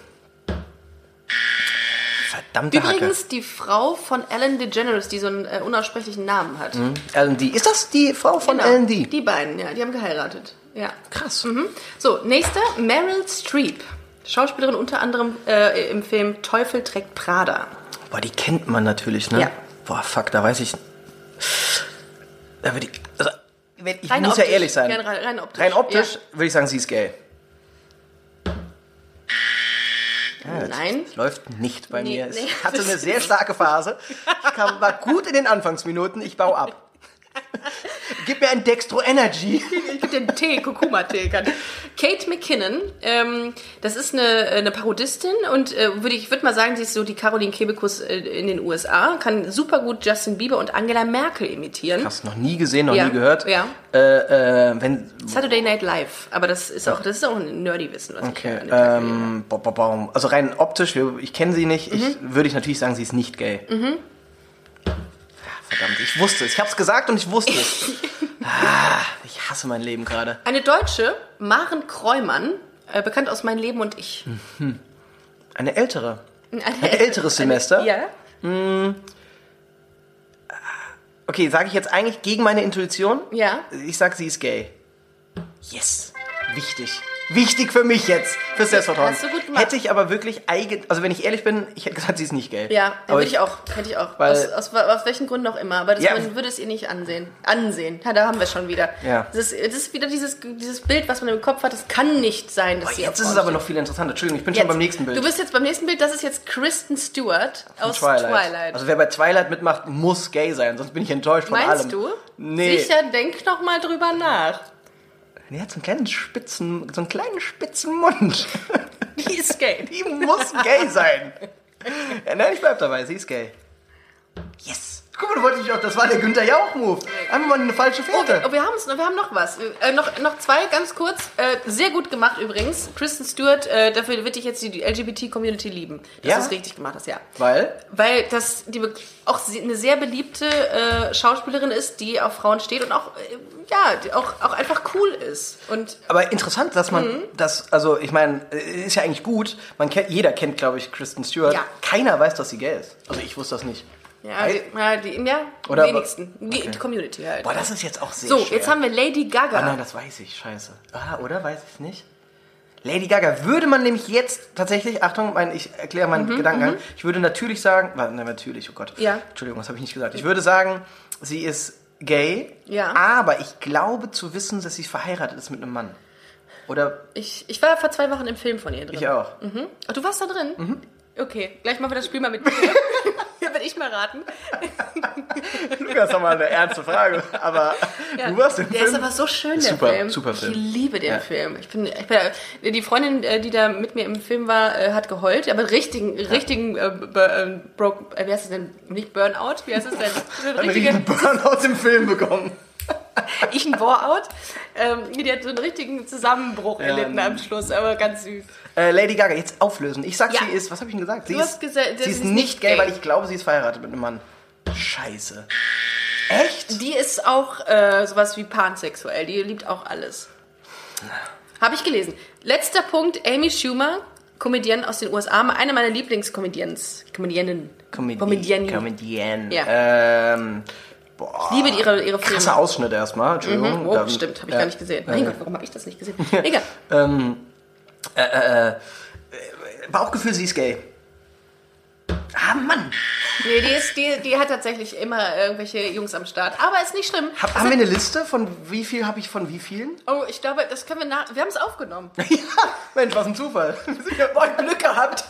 Speaker 2: Verdammte
Speaker 1: Übrigens die Frau von Ellen DeGeneres, die so einen äh, unaussprechlichen Namen hat.
Speaker 2: Hacke. Ellen D. Ist das die Frau von
Speaker 1: Genau,
Speaker 2: Ellen D?
Speaker 1: Die beiden, ja, die haben geheiratet. Ja.
Speaker 2: Krass.
Speaker 1: Mhm. So, nächste, Meryl Streep. Schauspielerin unter anderem äh, im Film Teufel trägt Prada.
Speaker 2: Boah, die kennt man natürlich, ne?
Speaker 1: Ja.
Speaker 2: Boah, fuck, da weiß ich. Da würd ich also, wenn- ich
Speaker 1: Rein
Speaker 2: muss
Speaker 1: optisch,
Speaker 2: ja ehrlich sein.
Speaker 1: gern rein- rein optisch,
Speaker 2: Rein optisch
Speaker 1: ja.
Speaker 2: würde ich sagen, sie ist gay. jetzt-
Speaker 1: Nein.
Speaker 2: es läuft nicht bei
Speaker 1: Nee,
Speaker 2: mir. Es
Speaker 1: nee.
Speaker 2: hatte eine sehr starke Phase. Ich kam, war gut in den Anfangsminuten, ich baue ab. Gib mir ein Dextro Energy.
Speaker 1: Ich gebe den Tee, Kurkuma-Tee. kann- Kate McKinnon, ähm, das ist eine, eine Parodistin und äh, würde ich würde mal sagen, sie ist so die Caroline Kebekus äh, in den USA, kann super gut Justin Bieber und Angela Merkel imitieren.
Speaker 2: Hast du noch nie gesehen, noch
Speaker 1: Ja,
Speaker 2: nie gehört.
Speaker 1: ja.
Speaker 2: Äh, äh, wenn,
Speaker 1: Saturday Night Live, aber das ist auch das ist auch ein nerdy Wissen, was ich
Speaker 2: okay,
Speaker 1: an den Tag lege.
Speaker 2: ähm, ba- ba- baum. also rein optisch, wir- ich kenne sie nicht,
Speaker 1: Mhm.
Speaker 2: ich, würde ich natürlich sagen, sie ist nicht gay. Mhm. Verdammt, ich wusste es. Ich habe es gesagt und ich wusste es. ah, ich hasse mein Leben gerade.
Speaker 1: Eine Deutsche, Maren Kräumann, äh, bekannt aus Mein Leben und ich.
Speaker 2: Hm. Eine ältere.
Speaker 1: Ein
Speaker 2: älteres Semester?
Speaker 1: Ja.
Speaker 2: Okay, sage ich jetzt eigentlich gegen meine Intuition?
Speaker 1: Ja.
Speaker 2: Ich sag, sie ist gay. Yes. Wichtig. Wichtig für mich jetzt. Fürs Selbstvertrauen.
Speaker 1: Hast du gut gemacht.
Speaker 2: Hätte ich aber wirklich eigen... Also wenn ich ehrlich bin, ich hätte gesagt, sie ist nicht gay.
Speaker 1: Ja,
Speaker 2: aber
Speaker 1: würde ich auch, hätte ich auch.
Speaker 2: Weil-
Speaker 1: aus, aus, aus welchen Gründen auch immer. Aber das,
Speaker 2: Ja.
Speaker 1: man würde es ihr nicht ansehen. Ansehen. Ja, da haben wir es schon wieder.
Speaker 2: Ja.
Speaker 1: Das, ist, das ist wieder dieses, dieses Bild, was man im Kopf hat. Das kann nicht sein, dass
Speaker 2: Boah,
Speaker 1: sie
Speaker 2: jetzt
Speaker 1: auf
Speaker 2: ist es
Speaker 1: Frauen
Speaker 2: aber noch viel interessanter. Entschuldigung, ich bin
Speaker 1: steht.
Speaker 2: schon beim nächsten Bild.
Speaker 1: Du bist jetzt beim nächsten Bild. Das ist jetzt Kristen Stewart
Speaker 2: Von
Speaker 1: aus Twilight.
Speaker 2: Also wer bei Twilight mitmacht, muss gay sein, sonst bin ich enttäuscht von
Speaker 1: Meinst
Speaker 2: allem.
Speaker 1: du?
Speaker 2: Nee.
Speaker 1: Sicher, denk noch mal drüber nach.
Speaker 2: Nee, hat so einen kleinen spitzen, so einen kleinen spitzen Mund.
Speaker 1: Die ist gay.
Speaker 2: Die muss gay sein. Ja, nein, ich bleib dabei, sie ist gay. Yes. Guck mal, du wolltest dich auch, das war der Günther Jauch-Move. Einfach mal eine falsche Fährte.
Speaker 1: Oh, wir haben es noch, wir haben noch was. Äh, noch, noch zwei, ganz kurz. Äh, sehr gut gemacht übrigens. Kristen Stewart, äh, dafür wird dich jetzt die LGBT-Community lieben. Dass
Speaker 2: Ja?
Speaker 1: du es richtig gemacht hast, ja.
Speaker 2: Weil,
Speaker 1: Weil das die be- auch se- eine sehr beliebte äh, Schauspielerin ist, die auf Frauen steht und auch, äh, ja, die auch, auch einfach cool ist. Und
Speaker 2: aber interessant, dass man
Speaker 1: Mhm.
Speaker 2: das, also ich meine, äh, ist ja eigentlich gut. Man kennt, jeder kennt, glaube ich, Kristen Stewart.
Speaker 1: Ja.
Speaker 2: Keiner weiß, dass sie gay ist. Also ich wusste das nicht.
Speaker 1: ja, die, ja, die ja, die
Speaker 2: Oder-
Speaker 1: wenigsten. Die, die Community halt.
Speaker 2: Boah, das ist jetzt auch sehr
Speaker 1: so,
Speaker 2: schwer.
Speaker 1: jetzt haben wir Lady
Speaker 2: Ah, nein,
Speaker 1: Gaga.
Speaker 2: das weiß ich. Scheiße. Ah, oder? Weiß ich nicht. Lady Gaga würde man nämlich jetzt tatsächlich, Achtung, mein, ich erkläre meinen Gedanken. Ich würde natürlich sagen, wa- na, natürlich, oh Gott.
Speaker 1: Mhm, Ja.
Speaker 2: Entschuldigung, was habe ich nicht gesagt? Ich würde sagen, sie ist gay,
Speaker 1: Ja.
Speaker 2: aber ich glaube zu wissen, dass sie verheiratet ist mit einem Mann. Oder
Speaker 1: Ich, ich war vor zwei Wochen im Film von ihr drin.
Speaker 2: ich auch. Mhm.
Speaker 1: Oh, du warst da drin? Okay, gleich machen wir das Spiel mal mit mir. Hier will ich mal raten.
Speaker 2: Das ist doch mal eine ernste Frage. Aber du warst im
Speaker 1: Der ist aber so schön, der
Speaker 2: Super,
Speaker 1: Film.
Speaker 2: super Film.
Speaker 1: Ich liebe den
Speaker 2: Ja.
Speaker 1: Film. Ich bin, ich bin, die Freundin, äh, die da mit mir im Film war, äh, hat geheult, aber richtigen, richtigen äh, b- äh, broke, äh, wie heißt es denn? Nicht Burnout, wie heißt es denn? So
Speaker 2: einen riesen Burnout im Film bekommen.
Speaker 1: ich ein Bore-out. Ähm, die hat so einen richtigen Zusammenbruch erlitten
Speaker 2: nee.
Speaker 1: am Schluss, aber ganz süß.
Speaker 2: Äh, Lady Gaga, jetzt auflösen. Ich sag,
Speaker 1: Ja.
Speaker 2: sie ist, was habe ich denn gesagt? Sie
Speaker 1: Du hast gesagt,
Speaker 2: sie ist nicht gay, weil ich glaube, sie ist verheiratet mit einem Mann. Scheiße. Echt?
Speaker 1: Die ist auch äh, sowas wie pansexuell. Die liebt auch alles. Habe ich gelesen. Letzter Punkt: Amy Schumer, Comedienne aus den USA, eine meiner Lieblingscomedians. Comediannen. Comediannen.
Speaker 2: Comedienne.
Speaker 1: Ja.
Speaker 2: Ähm,
Speaker 1: Ich liebe ihre, ihre Filme.
Speaker 2: krasser Ausschnitt erstmal, Entschuldigung. äh,
Speaker 1: Oh,
Speaker 2: Dann-
Speaker 1: stimmt, habe ich
Speaker 2: ja.
Speaker 1: gar nicht gesehen. Mein Gott, warum habe ich das nicht gesehen? Egal.
Speaker 2: Bauchgefühl, sie ist gay. Ah, Mann.
Speaker 1: Nee, die, ist, die, die hat tatsächlich immer irgendwelche Jungs am Start. Aber ist nicht schlimm.
Speaker 2: Hab, haben wir eine Liste von wie viel habe ich von wie vielen?
Speaker 1: Oh, ich glaube, das können wir nach. Wir haben es aufgenommen.
Speaker 2: ja, Mensch, was ein Zufall. Ich hab euch Glück gehabt.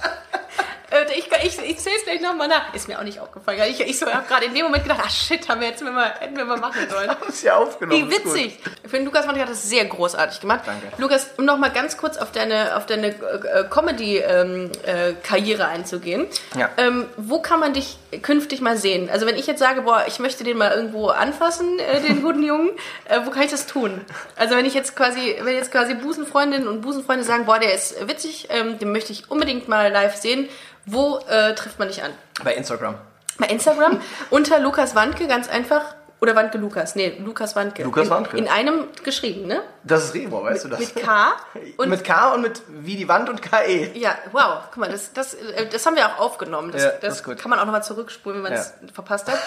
Speaker 1: Äh, Ich, ich, ich zähle es gleich nochmal nach. Ist mir auch nicht aufgefallen. Ich, ich so, habe gerade in dem Moment gedacht, ah shit, haben wir jetzt mal, hätten wir mal machen sollen.
Speaker 2: Ist ja aufgenommen.
Speaker 1: Wie
Speaker 2: ist gut.
Speaker 1: witzig. Ich finde, Lukas Mann hat das sehr großartig gemacht.
Speaker 2: Danke.
Speaker 1: Lukas, um nochmal ganz kurz auf deine, auf deine äh, Comedy-Karriere einzugehen.
Speaker 2: Ja.
Speaker 1: Ähm, wo kann man dich künftig mal sehen? Also wenn ich jetzt sage, boah, ich möchte den mal irgendwo anfassen, äh, den guten Jungen, äh, wo kann ich das tun? Also wenn ich jetzt quasi, wenn jetzt quasi Busenfreundinnen und Busenfreunde sagen, boah, der ist witzig, ähm, den möchte ich unbedingt mal live sehen, wo äh, trifft man dich an?
Speaker 2: Bei Instagram.
Speaker 1: bei Instagram unter Lukas Wandke ganz einfach. Oder Wandke Lukas. Nee, Lukas Wandke.
Speaker 2: Lukas
Speaker 1: in,
Speaker 2: Wandke.
Speaker 1: In einem geschrieben, ne?
Speaker 2: Das ist Revo, weißt du das?
Speaker 1: Mit K. Und
Speaker 2: mit K und mit wie die Wand und E. KE.
Speaker 1: ja, wow, guck mal, das, das, äh, das haben wir auch aufgenommen. Das,
Speaker 2: Ja, das
Speaker 1: das
Speaker 2: ist gut.
Speaker 1: kann man auch nochmal zurückspulen, wenn man es verpasst hat.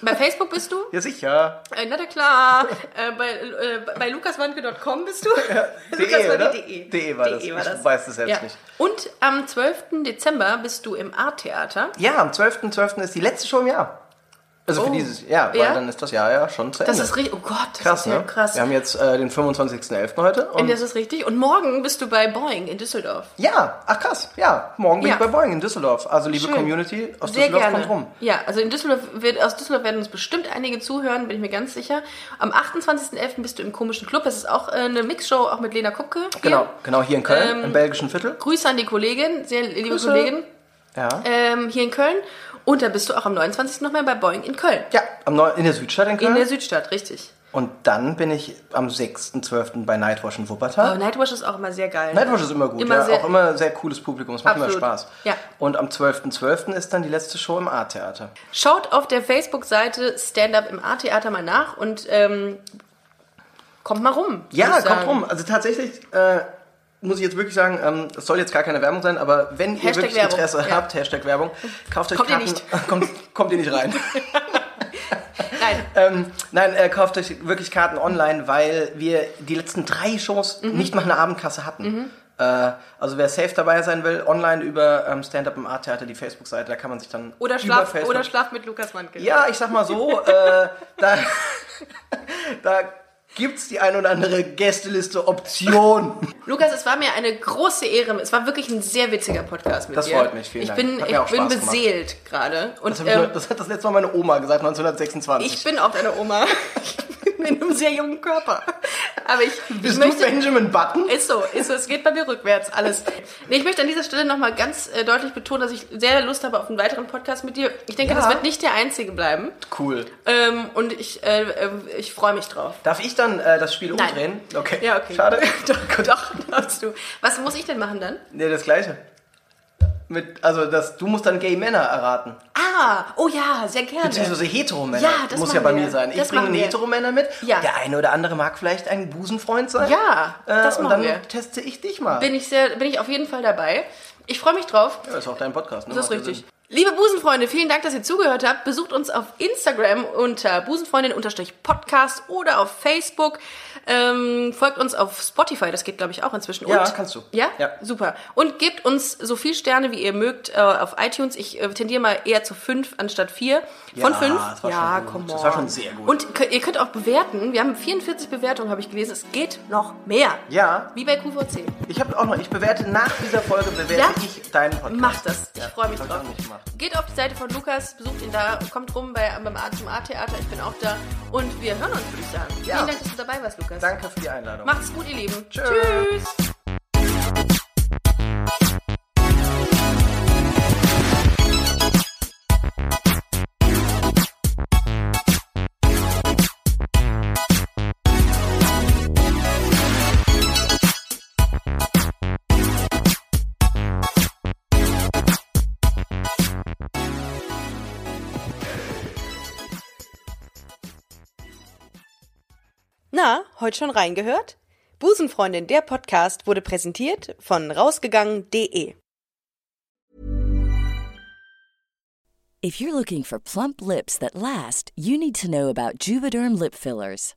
Speaker 1: Bei Facebook bist du?
Speaker 2: Ja, sicher.
Speaker 1: Äh, na na klar. Äh, bei äh, bei lukaswandke.com bist du?
Speaker 2: E, oder?
Speaker 1: Lukaswandke.de.
Speaker 2: DE war
Speaker 1: E
Speaker 2: das. Ich weiß es selbst nicht.
Speaker 1: Und am 12. Dezember bist du im A-Theater.
Speaker 2: Ja, am 12.12. ist die letzte Show im Jahr. Also für
Speaker 1: Oh.
Speaker 2: dieses Jahr, weil
Speaker 1: Ja?
Speaker 2: dann ist das Jahr ja schon zu
Speaker 1: Das
Speaker 2: Ende.
Speaker 1: ist richtig. Oh Gott, das
Speaker 2: krass,
Speaker 1: ist ja
Speaker 2: ne?
Speaker 1: krass.
Speaker 2: Wir haben jetzt äh, den 25.11. heute. Und
Speaker 1: das ist richtig. Und morgen bist du bei Boeing in Düsseldorf.
Speaker 2: ja, ach krass, ja. Morgen bin
Speaker 1: Ja.
Speaker 2: ich bei Boeing in Düsseldorf. Also liebe
Speaker 1: Schön.
Speaker 2: Community aus
Speaker 1: Sehr
Speaker 2: Düsseldorf
Speaker 1: gerne.
Speaker 2: kommt rum.
Speaker 1: Ja, also in Düsseldorf wird, aus Düsseldorf werden uns bestimmt einige zuhören, bin ich mir ganz sicher. Am 28.11. bist du im komischen Club. Das ist auch äh, eine Mixshow, auch mit Lena Kupke. hier.
Speaker 2: Genau, genau hier in Köln,
Speaker 1: Ähm,
Speaker 2: im belgischen Viertel.
Speaker 1: Grüße an die Kollegin, sehr liebe
Speaker 2: Grüße.
Speaker 1: Kollegin,
Speaker 2: Ja.
Speaker 1: ähm, hier in Köln. Und da bist du auch am 29. nochmal bei Boeing in Köln.
Speaker 2: ja, am Neu in der Südstadt in Köln.
Speaker 1: In der Südstadt, richtig.
Speaker 2: und dann bin ich am 6.12. bei Nightwash in Wuppertal.
Speaker 1: Aber Nightwash ist auch immer sehr geil.
Speaker 2: Nightwatch ist immer gut,
Speaker 1: Oh, ne- Immer
Speaker 2: ja.
Speaker 1: sehr-
Speaker 2: auch immer sehr cooles Publikum, es macht
Speaker 1: Absolut.
Speaker 2: immer Spaß.
Speaker 1: Ja.
Speaker 2: Und am 12.12. ist dann die letzte Show im A-Theater.
Speaker 1: Schaut auf der Facebook-Seite Stand-Up im A-Theater mal nach und ähm, kommt mal rum. würd
Speaker 2: Ja,
Speaker 1: ich sagen.
Speaker 2: kommt rum. Also tatsächlich äh, muss ich jetzt wirklich sagen, ähm, es soll jetzt gar keine Werbung sein, aber wenn ihr
Speaker 1: Hashtag
Speaker 2: wirklich
Speaker 1: Werbung,
Speaker 2: Interesse
Speaker 1: ja.
Speaker 2: habt, Hashtag Werbung, kauft euch
Speaker 1: Kommt ihr
Speaker 2: Karten. kommt, kommt ihr nicht rein.
Speaker 1: Nein,
Speaker 2: ähm, nein, äh, kauft euch wirklich Karten online, weil wir die letzten drei Shows
Speaker 1: Mhm.
Speaker 2: nicht mal eine Abendkasse hatten. Äh, also wer safe dabei sein will, online über ähm, Stand-Up im A-Theater, die Facebook-Seite, da kann man sich dann
Speaker 1: oder
Speaker 2: über
Speaker 1: schlaf,
Speaker 2: Facebook-
Speaker 1: oder schlaf mit Lukas Mandke.
Speaker 2: Ja, ich sag mal so, äh, da, da gibt's die ein oder andere Gästeliste-Option.
Speaker 1: Lukas, es war mir eine große Ehre. Es war wirklich ein sehr witziger Podcast mit
Speaker 2: Das
Speaker 1: dir.
Speaker 2: freut mich, vielen
Speaker 1: ich
Speaker 2: Dank.
Speaker 1: Bin,
Speaker 2: Hat mir
Speaker 1: ich
Speaker 2: auch
Speaker 1: bin
Speaker 2: Spaß gemacht.
Speaker 1: beseelt gerade. Und
Speaker 2: Das, hab ich,
Speaker 1: ähm,
Speaker 2: mal- das hat das letzte Mal meine Oma gesagt, 1926.
Speaker 1: ich bin auch deine Oma. ich bin in einem sehr jungen Körper. Aber ich, ich
Speaker 2: Bist du
Speaker 1: möchte...
Speaker 2: Benjamin Button?
Speaker 1: Ist so, ist so, es geht bei mir rückwärts, alles. Nee, ich möchte an dieser Stelle nochmal ganz äh, deutlich betonen, dass ich sehr Lust habe auf einen weiteren Podcast mit dir. Ich denke,
Speaker 2: Ja.
Speaker 1: das wird nicht der einzige bleiben.
Speaker 2: Cool.
Speaker 1: Ähm, und ich, äh, äh, ich freue mich drauf.
Speaker 2: Darf ich dann äh, das Spiel
Speaker 1: Nein.
Speaker 2: umdrehen? Okay.
Speaker 1: Ja, okay.
Speaker 2: Schade.
Speaker 1: doch, doch, darfst du. Was muss ich denn machen dann?
Speaker 2: Nee, das gleiche. Mit, also das, du musst dann Gay Männer erraten.
Speaker 1: Ah, oh ja, sehr gerne.
Speaker 2: Beziehungsweise Heteromänner.
Speaker 1: Ja, das
Speaker 2: muss ja bei
Speaker 1: machen
Speaker 2: mir
Speaker 1: wir.
Speaker 2: sein. Ich
Speaker 1: Das
Speaker 2: bringe
Speaker 1: machen
Speaker 2: einen
Speaker 1: wir.
Speaker 2: Heteromänner mit.
Speaker 1: Ja.
Speaker 2: Der eine oder andere mag vielleicht ein Busenfreund sein.
Speaker 1: Ja, das
Speaker 2: äh, Und
Speaker 1: machen
Speaker 2: dann
Speaker 1: wir.
Speaker 2: teste ich dich mal.
Speaker 1: Bin ich, sehr, bin ich auf jeden Fall dabei. Ich freue mich drauf.
Speaker 2: ja, ist auch dein Podcast, ne?
Speaker 1: Das ist
Speaker 2: Macht ja
Speaker 1: richtig.
Speaker 2: Sinn.
Speaker 1: Liebe Busenfreunde, vielen Dank, dass ihr zugehört habt. Besucht uns auf Instagram unter busenfreundin-podcast oder auf Facebook. Ähm, folgt uns auf Spotify, das geht, glaube ich, auch inzwischen.
Speaker 2: Ja,
Speaker 1: Und,
Speaker 2: kannst du.
Speaker 1: Ja?
Speaker 2: Ja.
Speaker 1: Super. Und gebt uns so viel Sterne, wie ihr mögt, äh, auf iTunes. Ich äh, tendiere mal eher zu fünf anstatt vier. Von
Speaker 2: Ja,
Speaker 1: fünf?
Speaker 2: das war
Speaker 1: ja,
Speaker 2: schon gut.
Speaker 1: come on.
Speaker 2: Das war schon sehr gut.
Speaker 1: Und kö- ihr könnt auch bewerten. Wir haben 44 Bewertungen, habe ich gelesen. Es geht noch mehr.
Speaker 2: Ja,
Speaker 1: Wie bei QVC.
Speaker 2: ich habe auch noch, ich bewerte nach dieser Folge, bewerte
Speaker 1: Ja?
Speaker 2: ich deinen Podcast.
Speaker 1: Macht das. Ich freue mich
Speaker 2: hab ich
Speaker 1: drauf.
Speaker 2: auch nicht gemacht.
Speaker 1: Geht auf die Seite von Lukas, besucht ihn da, kommt rum bei, beim A zum A-Theater. Ich bin auch da. Und wir hören uns, würde ich sagen.
Speaker 2: Ja.
Speaker 1: Vielen Dank, dass du dabei warst, Lukas.
Speaker 2: Danke für die Einladung.
Speaker 1: Macht's gut, ihr Lieben.
Speaker 2: Tschö.
Speaker 1: Tschüss. Na, heute schon reingehört? Busenfreundin, der Podcast wurde präsentiert von rausgegangen.de.
Speaker 4: If you're looking for plump lips that last, you need to know about Juvederm lip fillers.